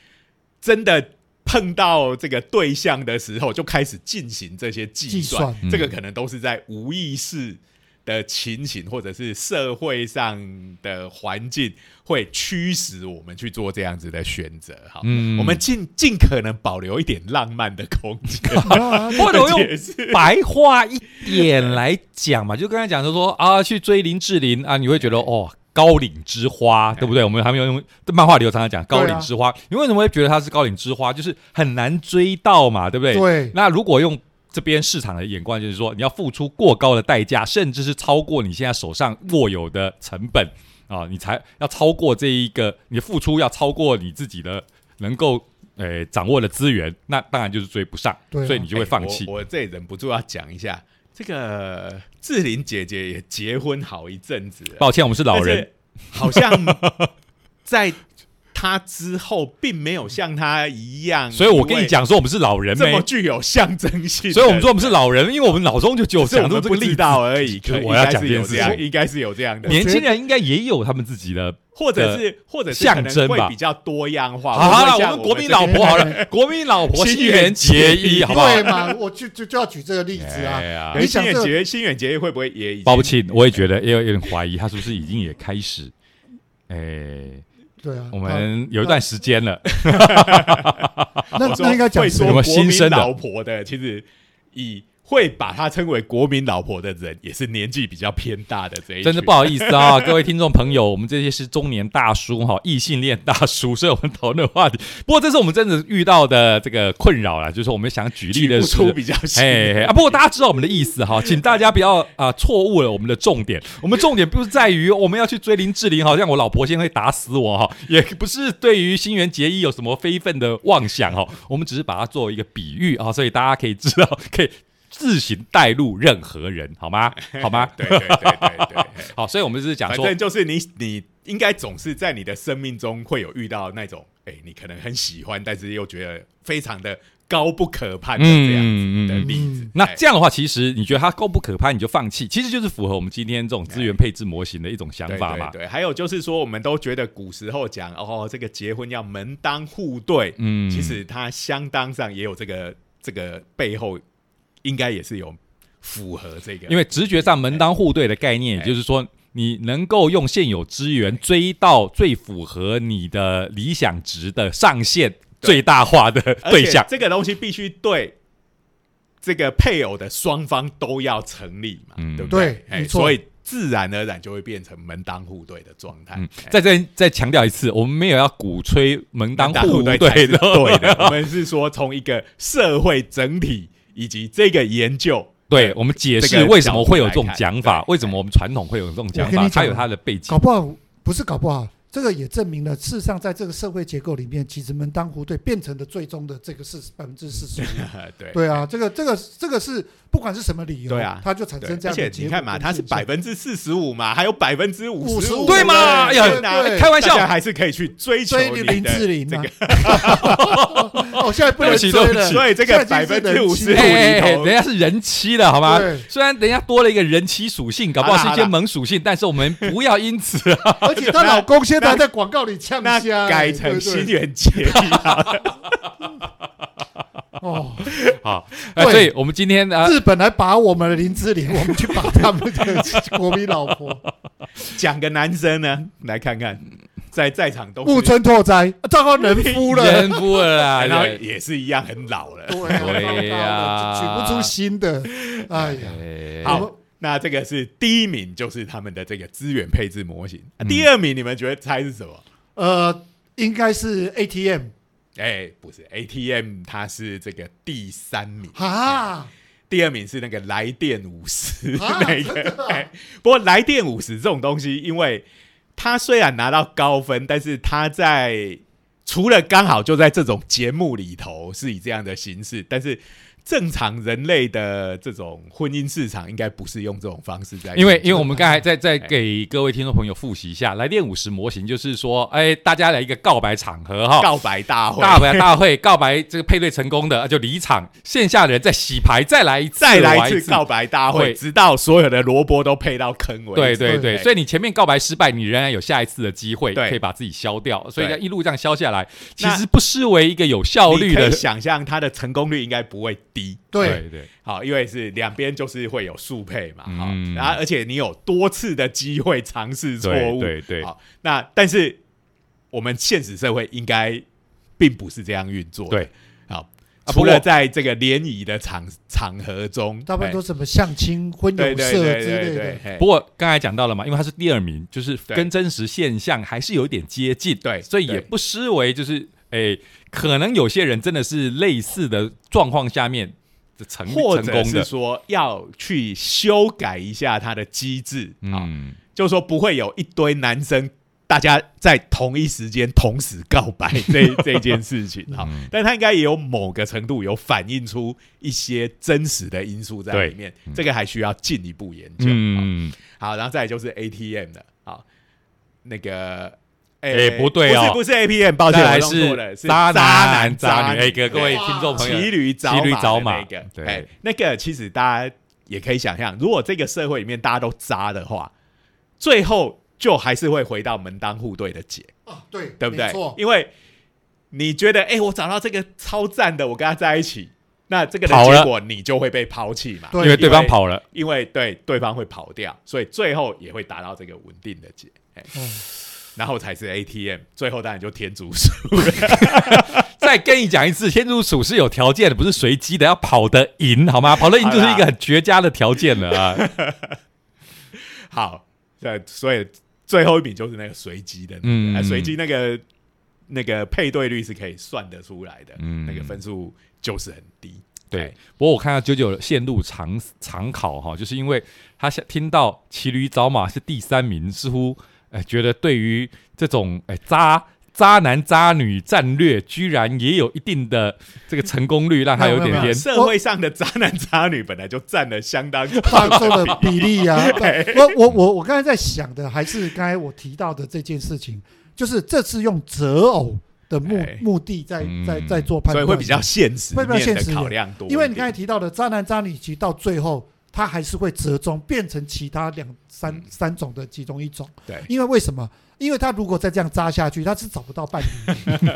Speaker 1: 真的碰到这个对象的时候就开始进行这些计算，
Speaker 3: 计
Speaker 2: 算嗯
Speaker 1: 这个可能都是在无意识的情形或者是社会上的环境会驱使我们去做这样子的选择。好，
Speaker 2: 嗯
Speaker 1: 我们尽尽可能保留一点浪漫的空 间。
Speaker 3: 啊
Speaker 2: 或者我用
Speaker 1: 解 释
Speaker 2: 白话一点来讲嘛，就刚才讲就说啊，去追林志玲啊，你会觉得哦。高岭之花，对不对？我们还没有用漫画里有常常讲高岭之花，你为什么会觉得它是高岭之花？就是很难追到嘛，对不对？
Speaker 3: 对，
Speaker 2: 那如果用这边市场的眼光，就是说你要付出过高的代价，甚至是超过你现在手上握有的成本啊，你才要超过这一个，你付出要超过你自己的能够呃掌握的资源，那当然就是追不上，
Speaker 3: 对啊
Speaker 2: 所以你就会放弃
Speaker 1: 哎。我我这里忍不住要讲一下，这个志玲姐姐也结婚好一阵子了，
Speaker 2: 抱歉，我们是老
Speaker 1: 但
Speaker 2: 人
Speaker 1: 是。好像在他之后，并没有像他一样，
Speaker 2: 所以我跟你，讲说我们是老人
Speaker 1: 这
Speaker 2: 没
Speaker 1: 么，具有象征性。
Speaker 2: 所以我们说我们是老人，因为我们脑中就只有
Speaker 1: 只是我
Speaker 2: 想
Speaker 1: 们
Speaker 2: 到这个
Speaker 1: 不
Speaker 2: 力
Speaker 1: 知
Speaker 2: 道。
Speaker 1: 道而已，可
Speaker 2: 就我要
Speaker 1: 应该
Speaker 2: 讲
Speaker 1: 是
Speaker 2: 这件
Speaker 1: 有
Speaker 2: 事
Speaker 1: 这样，
Speaker 2: 情
Speaker 1: 应该是有这样的，
Speaker 2: 年轻人应该也有他们自己 的。
Speaker 1: 或者是或者是
Speaker 2: 象
Speaker 1: 可能
Speaker 2: 征吧
Speaker 1: 会比较多样化。
Speaker 2: 好
Speaker 1: 不会
Speaker 2: 了，我
Speaker 1: 像
Speaker 2: 们
Speaker 1: 我
Speaker 2: 国民
Speaker 1: 这
Speaker 2: 老
Speaker 1: 边
Speaker 2: 婆好了，国民老婆心缘结衣，好不好？
Speaker 3: 哎对嘛，我就就就要举这个例子啊
Speaker 2: 哎。呀
Speaker 1: 哎
Speaker 3: 你
Speaker 1: 新
Speaker 3: 想
Speaker 1: 远
Speaker 3: 这个
Speaker 1: 结新远结会不会也已经
Speaker 2: 抱歉，我也觉得也有有点怀疑，他是不是已经也开始？哎，
Speaker 3: 对啊，
Speaker 2: 我们有一段时间了，
Speaker 3: 啊那
Speaker 1: 我说
Speaker 3: 那应该讲
Speaker 1: 会
Speaker 3: 谁
Speaker 1: 说
Speaker 2: 有没
Speaker 1: 国
Speaker 2: 有新
Speaker 1: 民
Speaker 2: 生的
Speaker 1: 老婆的，其实以会把她称为国民老婆的人，也是年纪比较偏大的这一
Speaker 2: 真的
Speaker 1: 群
Speaker 2: 不好意思啊， 各位听众朋友，我们这些是中年大叔哈，异性恋大叔， 所以我们讨论的话题。不过这是我们真的遇到的这个困扰啦，就是我们想举例
Speaker 1: 举
Speaker 2: 的
Speaker 1: 不
Speaker 2: 是
Speaker 1: 出比较细
Speaker 2: 哎哎啊！不过大家知道我们的意思哈，请大家不要啊、错误了我们的重点。我们重点不是在于我们要去追林志玲，好像我老婆现在会打死我哈，也不是对于新垣结衣有什么非分的妄想哈。我们只是把它作为一个比喻啊，所以大家可以知道， 可以自行带入任何人，
Speaker 1: ？
Speaker 2: 好吗？好吗
Speaker 1: 对对对对 对，嘿
Speaker 2: 好，所以我们就是讲
Speaker 1: 反
Speaker 2: 说
Speaker 1: 正，就是你你应该总是在你的生命中会有遇到那种，哎、你可能很喜欢，但是又觉得非常的高不可攀的这样
Speaker 2: 嗯
Speaker 1: 子的例子。
Speaker 3: 嗯
Speaker 2: 那
Speaker 1: 哎
Speaker 2: 这样的话，其实你觉得它够不可攀，你就放弃，其实就是符合我们今天这种资源配置模型的一种想
Speaker 1: 对
Speaker 2: 法嘛
Speaker 1: 对。对，还有就是说，我们都觉得古时候讲哦，这个结婚要门当户对，
Speaker 2: 嗯
Speaker 1: 其实它相当上也有这个这个背后，应该也是有符合这个，哎
Speaker 2: 因为直觉上门当户对的概念，也就是说，你能够用现有资源追到最符合你的理想值的上限最大化的
Speaker 1: 而且
Speaker 2: 对象。
Speaker 1: 这个东西必须对这个配偶的双方都要成立嘛，
Speaker 2: 嗯
Speaker 1: 对不
Speaker 3: 对
Speaker 1: 哎
Speaker 3: 没错
Speaker 1: 所以自然而然就会变成门当户对的状态。
Speaker 2: 嗯
Speaker 1: 哎，
Speaker 2: 再再再强调一次，我们没有要鼓吹门当户
Speaker 1: 对才
Speaker 2: 对
Speaker 1: 是
Speaker 2: 的，
Speaker 1: 对的，我们是说从一个社会整体以及这个研究，
Speaker 2: 对我们解
Speaker 1: 这
Speaker 2: 释
Speaker 1: 个
Speaker 2: 为什么会有这种
Speaker 1: 角度来
Speaker 2: 讲法
Speaker 1: 看，对
Speaker 2: 为什么我们传统会有这种讲
Speaker 3: 我跟
Speaker 2: 法，
Speaker 3: 你讲
Speaker 2: 它有它的背景
Speaker 3: 搞。不好不是搞不好，这个也证明了，事实上在这个社会结构里面，其实门当户对变成的最终的这个是百分之四十。
Speaker 1: 对
Speaker 3: 对啊，这个这个这个是不管是什么理由，
Speaker 1: 对啊
Speaker 3: 它就产
Speaker 1: 对啊
Speaker 3: 生
Speaker 1: 而
Speaker 3: 这样的
Speaker 1: 且
Speaker 3: 结
Speaker 1: 你
Speaker 3: 果
Speaker 1: 看嘛，
Speaker 3: 跟
Speaker 1: 它是
Speaker 3: 现象
Speaker 1: 百分之四十五嘛，还有百分之五十
Speaker 3: 55
Speaker 1: 五，
Speaker 2: 对嘛哎呀
Speaker 3: 对
Speaker 2: 开玩笑
Speaker 1: 大家还是可以去追求
Speaker 3: 追
Speaker 1: 你
Speaker 3: 林志
Speaker 1: 的。
Speaker 3: 玲嘛， 哦，现在不能
Speaker 2: 对不起
Speaker 3: 追
Speaker 2: 对不
Speaker 3: 了，
Speaker 2: 起
Speaker 1: 所以这个
Speaker 3: 现在
Speaker 1: 百
Speaker 3: 已经
Speaker 1: 分
Speaker 3: 是
Speaker 1: 之
Speaker 3: 人
Speaker 1: 五
Speaker 3: 妻
Speaker 1: 十
Speaker 3: 了
Speaker 1: 五
Speaker 2: 哎哎
Speaker 1: 里
Speaker 2: 哎，
Speaker 1: 头
Speaker 2: 人，家是人妻了，好吗
Speaker 3: 对？
Speaker 2: 虽然人家多了一个人妻属性，搞不好
Speaker 1: 好啦
Speaker 2: 是一些
Speaker 1: 好啦
Speaker 2: 萌属性，但是我们不要因 此啊
Speaker 3: 而且她老公现在还在广告里呛
Speaker 1: 那
Speaker 3: 虾，
Speaker 1: 改成
Speaker 3: 新
Speaker 1: 新元节
Speaker 3: 哦，
Speaker 2: 好，呃
Speaker 3: 对
Speaker 2: 所以我们今天啊，呃
Speaker 3: 日本来把我们的林志玲，我们去把 他们的国民老婆，
Speaker 1: 讲个男生呢，来看看在在场都
Speaker 3: 木
Speaker 1: 是，哎
Speaker 3: 村拓哉，啊糟糕，人 夫了，
Speaker 2: 人不了 啦，
Speaker 1: 然后
Speaker 2: 对
Speaker 1: 也是一样很老了。
Speaker 3: 对啊
Speaker 2: 对呀
Speaker 3: 举不出新的，
Speaker 1: 啊
Speaker 3: 哎呀，
Speaker 2: 哎
Speaker 1: 好
Speaker 3: 我们
Speaker 1: 那这个是第一名，就是他们的这个资源配置模型。
Speaker 3: 嗯
Speaker 1: 啊第二名，你们觉得猜是什么？
Speaker 3: 呃，应该是 ATM
Speaker 1: 哎、不是 ATM，它是这个第三名。
Speaker 3: 啊，
Speaker 1: 第二名是那个来电五十、
Speaker 3: 啊
Speaker 1: 那
Speaker 3: 真的
Speaker 1: 个、
Speaker 3: 啊
Speaker 1: 哎不过来电五十这种东西，因为他虽然拿到高分，但是他在除了刚好就在这种节目里头是以这样的形式，但是正常人类的这种婚姻市场应该不是用这种方式在运作，
Speaker 2: 因为因为我们刚才再再给各位听众朋友复习一下，来电五十模型就是说，哎，大家来一个告白场合哈，
Speaker 1: 告白大会。
Speaker 2: 大白大会告白这个配对成功的啊就离场，线下人再洗牌，再来一次，
Speaker 1: 再来
Speaker 2: 玩
Speaker 1: 一
Speaker 2: 一
Speaker 1: 次告白大会，
Speaker 2: 会
Speaker 1: 直到所有的萝卜都配到坑为止。
Speaker 2: 对对对，
Speaker 1: 哎
Speaker 2: 所以你前面告白失败，你仍然有下一次的机会，
Speaker 1: 对
Speaker 2: 可以把自己消掉。所以
Speaker 1: 对
Speaker 2: 一路这样消下来，其
Speaker 1: 那
Speaker 2: 实不失为一个有效率
Speaker 1: 你可
Speaker 2: 的
Speaker 1: 以。想象它的成功率应该不会低。
Speaker 3: 对，
Speaker 2: 对，
Speaker 1: 好，因为是两边就是会有速配嘛，好、
Speaker 2: 嗯
Speaker 1: 然后而且你有多次的机会尝试错误，
Speaker 2: 对对对
Speaker 1: 好，那但是我们现实社会应该并不是这样运作的，
Speaker 2: 对，
Speaker 1: 好，
Speaker 2: 啊
Speaker 1: 除
Speaker 2: 不过
Speaker 1: 了在这个联谊的场场合中，
Speaker 3: 大部分
Speaker 1: 哎
Speaker 3: 都什么相亲、婚
Speaker 1: 对
Speaker 3: 友
Speaker 1: 对
Speaker 3: 社
Speaker 1: 对
Speaker 3: 之
Speaker 1: 对
Speaker 3: 类的
Speaker 1: 对，，嘿
Speaker 2: 不过刚才讲到了嘛，因为它是第二名，就是
Speaker 1: 哎对
Speaker 2: 跟真实现象还是有一点接近，
Speaker 1: 对
Speaker 2: 所以也
Speaker 1: 对
Speaker 2: 不失为就是，哎，可能有些人真的是类似的状况下面成
Speaker 1: 或
Speaker 2: 成
Speaker 1: 者
Speaker 2: 功
Speaker 1: 是
Speaker 2: 的，
Speaker 1: 说要去修改一下它的机制，啊、
Speaker 2: 嗯，
Speaker 1: 就是说不会有一堆男生大家在同一时间同时告白 这这件事情哈，
Speaker 2: 嗯
Speaker 1: 但他应该也有某个程度有反映出一些真实的因素在里面，这个还需要进一步研究。
Speaker 2: 嗯，
Speaker 1: 好，然后再来就是 ATM 的，好，那个。哎
Speaker 2: 哎不对哦
Speaker 1: 不是不是 A P M，抱歉，
Speaker 2: 再来
Speaker 1: 我弄错
Speaker 2: 是
Speaker 1: 了，是
Speaker 2: 渣
Speaker 1: 男
Speaker 2: 男渣
Speaker 1: 女。
Speaker 2: 女，哎，各各位
Speaker 3: 哇
Speaker 2: 听众朋友，
Speaker 1: 骑驴找
Speaker 2: 骑驴找
Speaker 1: 马
Speaker 2: 马
Speaker 1: 的那个，
Speaker 2: 对
Speaker 1: 哎，那个其实大家也可以想象，如果这个社会里面大家都渣的话，最后就还是会回到门当户对的解，
Speaker 3: 啊，对，
Speaker 1: 对不对
Speaker 3: 没错？
Speaker 1: 因为你觉得，哎、我找到这个超赞的，我跟他在一起，那这个的
Speaker 2: 跑了
Speaker 1: 结果你就会被抛弃嘛，
Speaker 3: 对
Speaker 2: 因为对方跑了。
Speaker 1: 因为对对方会跑掉，所以最后也会达到这个稳定的解，哎
Speaker 3: 嗯
Speaker 1: 然后才是 ATM，最后当然就天竺鼠
Speaker 2: 再跟你讲一次，天竺鼠是有条件的，不是随机的，要跑得赢，好吗？跑得赢就是一个很绝佳的条件了啊！
Speaker 1: 好，对，所以最后一笔就是那个随机的、那个，
Speaker 2: 嗯
Speaker 1: 嗯，随机那个那个配对率是可以算得出来的，
Speaker 2: 嗯
Speaker 1: 那个分数就是很低。
Speaker 2: 对，不过我看到九九陷入长长考哈，就是因为他想听到骑驴找马是第三名，似乎哎、觉得对于这种哎、渣渣男渣女战略，居然也有一定的这个成功率，让他有点
Speaker 3: 没
Speaker 1: 哎
Speaker 2: 点
Speaker 1: 社会上的渣男渣女本来就占了相当
Speaker 3: 大众的比例啊。对我我我我刚才在想的还是刚才我提到的这件事情，就是这次用择偶的目
Speaker 1: 哎
Speaker 3: 目的在
Speaker 2: 嗯
Speaker 3: 在在做判
Speaker 1: 所以会
Speaker 3: 断，
Speaker 1: 比较现实
Speaker 3: 会比较
Speaker 1: 面
Speaker 3: 现
Speaker 1: 的
Speaker 3: 实
Speaker 1: 考量多一点，
Speaker 3: 因为你刚才提到的渣男渣女，其实到最后他还是会折中，变成其他两三、
Speaker 1: 嗯
Speaker 3: 三种的其中一种。
Speaker 1: 对
Speaker 3: 因为为什么？因为他如果再这样渣下去，他是找不到 伴侣。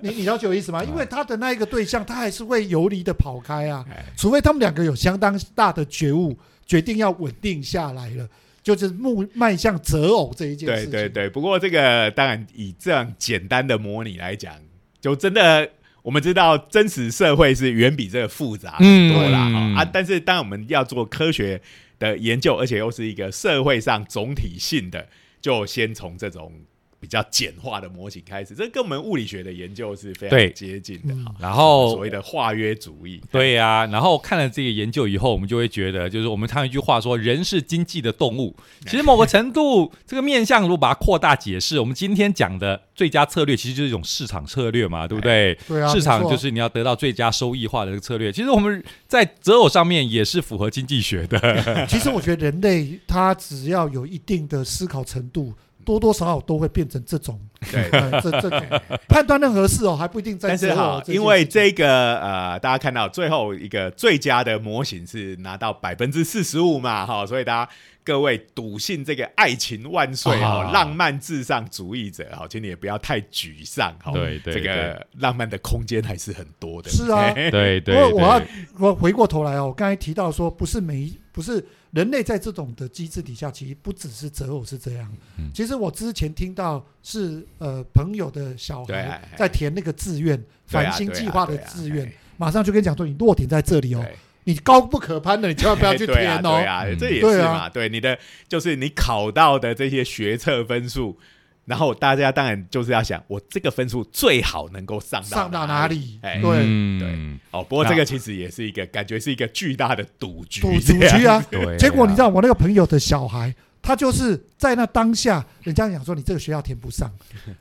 Speaker 3: 你你了解我意思吗？因为他的那一个对象，他还是会游离的跑开啊
Speaker 1: 哎，
Speaker 3: 除非他们两个有相当大的觉悟，决定要稳定下来了，就是目迈向择偶这一件
Speaker 1: 对
Speaker 3: 事情。
Speaker 1: 对对，不过这个当然以这样简单的模拟来讲，就真的我们知道真实社会是远比这个复杂很多啦、
Speaker 2: 嗯
Speaker 1: 哈啊！但是当然我们要做科学的研究，而且又是一个社会上总体性的，就先从这种比较简化的模型开始，这跟我们物理学的研究是非
Speaker 2: 对哦
Speaker 1: 常接近的哈。
Speaker 2: 然
Speaker 1: 所
Speaker 2: 后
Speaker 1: 谓的化约主义，
Speaker 2: 对呀、然后看了这个研究以后，我们就会觉得，就是我们常有一句话说，人是经济的动 物。其实某个程度，这个面向如果把它扩大解释，我们今天讲的最佳策略，其实就是一种市场策略嘛，对不对？
Speaker 3: 对啊
Speaker 2: 市场
Speaker 3: 没错
Speaker 2: 就是你要得到最佳收益化的这个策略。其实我们在择偶上面也是符合经济学 的。
Speaker 3: 其实我觉得人类他只要有一定的思考程度，多多少少都会变成这种
Speaker 1: 嗯对。
Speaker 3: 哎这这种判断任何事哦，还不一定在
Speaker 1: 但是
Speaker 3: 择偶
Speaker 1: 哈，
Speaker 3: 件事情。
Speaker 1: 因为这个呃，大家看到最后一个最佳的模型是拿到百分之四十五嘛，哈，所以大家各位笃信这个爱情万岁
Speaker 2: 啊
Speaker 1: 哦，浪漫至上主义者哦，请你也不要太沮丧哦。
Speaker 2: 对对
Speaker 1: 这个浪漫的空间还是很多的。
Speaker 3: 是啊
Speaker 2: 对
Speaker 3: 不
Speaker 2: 对
Speaker 3: 过我要
Speaker 2: 对
Speaker 3: 我回过头来哦，我刚才提到说，不是每一不是人类在这种的机制底下，其实不只是择偶是这样。
Speaker 2: 嗯
Speaker 3: 其实我之前听到是呃朋友的小
Speaker 1: 对
Speaker 3: 孩
Speaker 1: 啊
Speaker 3: 在填那个志愿，
Speaker 1: 对
Speaker 3: 繁
Speaker 1: 啊
Speaker 3: 星
Speaker 1: 对啊
Speaker 3: 计划的
Speaker 1: 对啊
Speaker 3: 志愿
Speaker 1: 哎，
Speaker 3: 马上就跟你讲说你落点在这里哦，
Speaker 1: 对
Speaker 3: 你高不可攀的，你千万不要去
Speaker 1: 对啊
Speaker 3: 填哦
Speaker 1: 对。啊，
Speaker 2: 嗯
Speaker 1: 这也
Speaker 3: 对
Speaker 1: 是
Speaker 3: 啊
Speaker 1: 嘛，对你的就是你考到的这些学测分数，然后大家当然就是要想，我这个分数最好能够上
Speaker 3: 上到
Speaker 1: 到
Speaker 3: 哪
Speaker 1: 里？
Speaker 3: 里？
Speaker 1: 哎
Speaker 3: 对，
Speaker 2: 嗯
Speaker 1: 哦，不过这个其实也是一个感觉是一个巨大的赌局，
Speaker 3: 赌
Speaker 1: 这
Speaker 3: 赌
Speaker 1: 样
Speaker 3: 局啊！
Speaker 2: 对。
Speaker 3: 结果你知道我那个朋友的小孩，他就是在那当下，人家讲说你这个学校填 不上，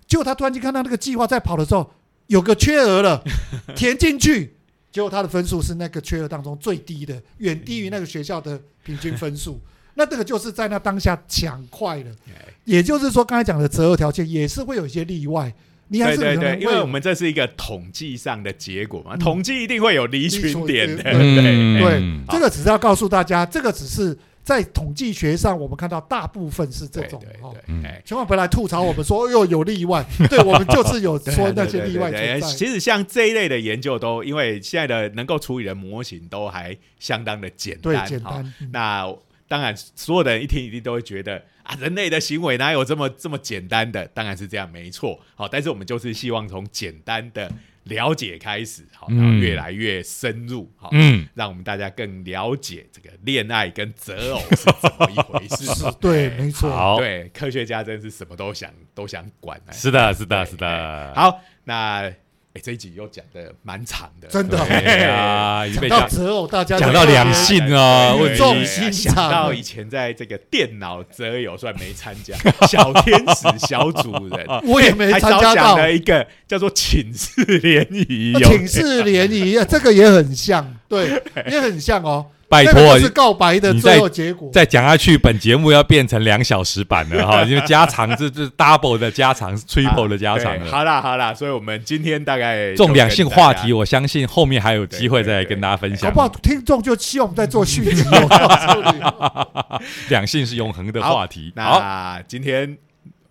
Speaker 3: 结果他突然间看到那个计划在跑的时候有个缺额了，填进去，结果他的分数是那个缺额当中最低的，远低于那个学校的平均分 数。那这个就是在那当下抢快了，
Speaker 1: 哎
Speaker 3: 也就是说刚才讲的择偶条件也是会有一些例外，你还
Speaker 1: 对
Speaker 3: 是可
Speaker 1: 对
Speaker 3: 能
Speaker 1: 对，因为我
Speaker 3: 会
Speaker 1: 们这是一个统计上的结果嘛，
Speaker 3: 嗯
Speaker 1: 统计一定会有离群点的，
Speaker 3: 离群
Speaker 1: 对
Speaker 2: 点
Speaker 1: 对
Speaker 3: 对
Speaker 2: 嗯
Speaker 3: 这个只是要告诉大家，这个只是在统计学上我们看到大部分是这种
Speaker 1: 对对
Speaker 3: 哦。
Speaker 2: 嗯
Speaker 1: 对哎
Speaker 3: 千万不要来吐槽我们说又有例外，对我们就是有
Speaker 1: 对啊
Speaker 3: 说
Speaker 1: 对
Speaker 3: 那些
Speaker 1: 对
Speaker 3: 例外
Speaker 1: 对对
Speaker 3: 存在。
Speaker 1: 其实像这一类的研究都，因为现在的能够处理的模型都还相当的简
Speaker 3: 对，
Speaker 1: 单，
Speaker 3: 简
Speaker 1: 好
Speaker 3: 单。嗯
Speaker 1: 那当然，所有的人一听一定都会觉得啊，人类的行为哪有这么这么简单的？当然是这样，没错。好，但是我们就是希望从简单的了解开始，好，
Speaker 2: 嗯
Speaker 1: 然后越来越深入，好，
Speaker 2: 嗯，
Speaker 1: 让我们大家更了解这个恋爱跟择偶是怎么一回事。
Speaker 3: 是对，
Speaker 1: 哎
Speaker 3: 没错。
Speaker 2: 好，
Speaker 1: 对，科学家真是什么都想都想管、哎
Speaker 2: 是的，是的，
Speaker 1: 对
Speaker 2: 是的。
Speaker 1: 好，那哎、这一集又讲的蛮长的，
Speaker 3: 真的
Speaker 2: 对啊，预备
Speaker 3: 讲
Speaker 2: 下
Speaker 3: 到。择偶，哦大 家
Speaker 2: 讲到
Speaker 3: 就
Speaker 2: 两 性哦
Speaker 1: 对啊
Speaker 3: 语重心
Speaker 1: 想
Speaker 3: 长
Speaker 1: 到以前在这个电脑择友算没参加， 小天使小主人， 哎
Speaker 3: 我也没
Speaker 1: 还
Speaker 3: 参
Speaker 1: 少
Speaker 3: 加
Speaker 1: 讲
Speaker 3: 到
Speaker 1: 了一个叫做寝室联谊哦啊
Speaker 3: 那
Speaker 1: 有
Speaker 3: 寝室联谊，这个也很像， 对，也很像哦。
Speaker 2: 拜
Speaker 3: 那个
Speaker 2: 托
Speaker 3: 就，是告白的
Speaker 2: 你在
Speaker 3: 最后结果。
Speaker 2: 再讲下去，本节目要变成两小时版 了哈，因为加长这这 double 的加长，triple 的加长
Speaker 1: 对
Speaker 2: 了。
Speaker 1: 好啦好啦，所以我们今天大概
Speaker 2: 这种两性话题，
Speaker 1: 就
Speaker 2: 我相信后面还有机会再来
Speaker 1: 对对对
Speaker 2: 跟大家分
Speaker 3: 搞
Speaker 2: 享
Speaker 3: 不。好听众就期望我们在做续 集，哦我告诉你。
Speaker 2: 两性是永恒的
Speaker 1: 好
Speaker 2: 话题。
Speaker 1: 跟大家。
Speaker 2: 好，
Speaker 1: 那今天。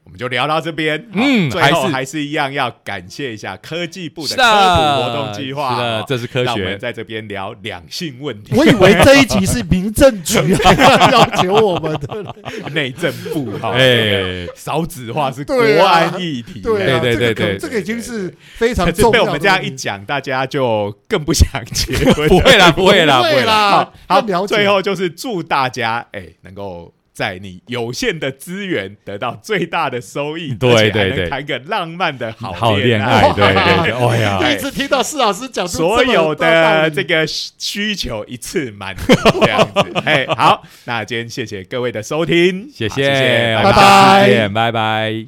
Speaker 1: 我们就聊到这边，
Speaker 2: 嗯
Speaker 1: 好最后
Speaker 2: 还是
Speaker 1: 还是一样要感谢一下科技部的
Speaker 2: 是
Speaker 1: 科
Speaker 2: 的
Speaker 1: 普活动计划，
Speaker 2: 是的
Speaker 1: 好
Speaker 2: 这是科
Speaker 1: 让我
Speaker 2: 学
Speaker 1: 们在这边聊两性问题，
Speaker 3: 我以为这一集是民政 局来要求我们的，
Speaker 1: 内政部哈，
Speaker 2: 哎
Speaker 1: 哎，少子化是国
Speaker 3: 对啊
Speaker 1: 安议题，
Speaker 3: 对啊，
Speaker 2: 对啊
Speaker 3: 这
Speaker 2: 对
Speaker 3: 个可
Speaker 2: 对。
Speaker 3: 这个已经
Speaker 1: 对对
Speaker 3: 是非常
Speaker 1: 可是
Speaker 3: 重要的
Speaker 1: 被
Speaker 3: 问题。
Speaker 1: 我们这样一讲，大家就更不想结婚
Speaker 2: 不会啦，不会啦，啊
Speaker 3: 不
Speaker 2: 不会
Speaker 3: 会
Speaker 2: 啦。
Speaker 3: 啦
Speaker 1: 好，，好，
Speaker 3: 要了解
Speaker 1: 最后就是祝大家哎、能够在你有限的资源得到最大的收益，
Speaker 2: 对
Speaker 1: 而且还
Speaker 2: 对
Speaker 1: 能
Speaker 2: 对
Speaker 1: 谈个浪漫的好
Speaker 2: 好
Speaker 1: 恋
Speaker 2: 恋爱，对
Speaker 3: 哇
Speaker 2: 对对，哎呀，
Speaker 3: 第一次听到施老师讲出
Speaker 1: 所
Speaker 3: 这么
Speaker 1: 有
Speaker 3: 大道
Speaker 1: 的
Speaker 3: 理
Speaker 1: 这个需求一次满足，这样子。 哎，好，那今天谢谢各位的收听，
Speaker 2: 谢
Speaker 1: 好谢谢，
Speaker 2: 谢，
Speaker 3: 拜
Speaker 2: 我们下次见，拜拜。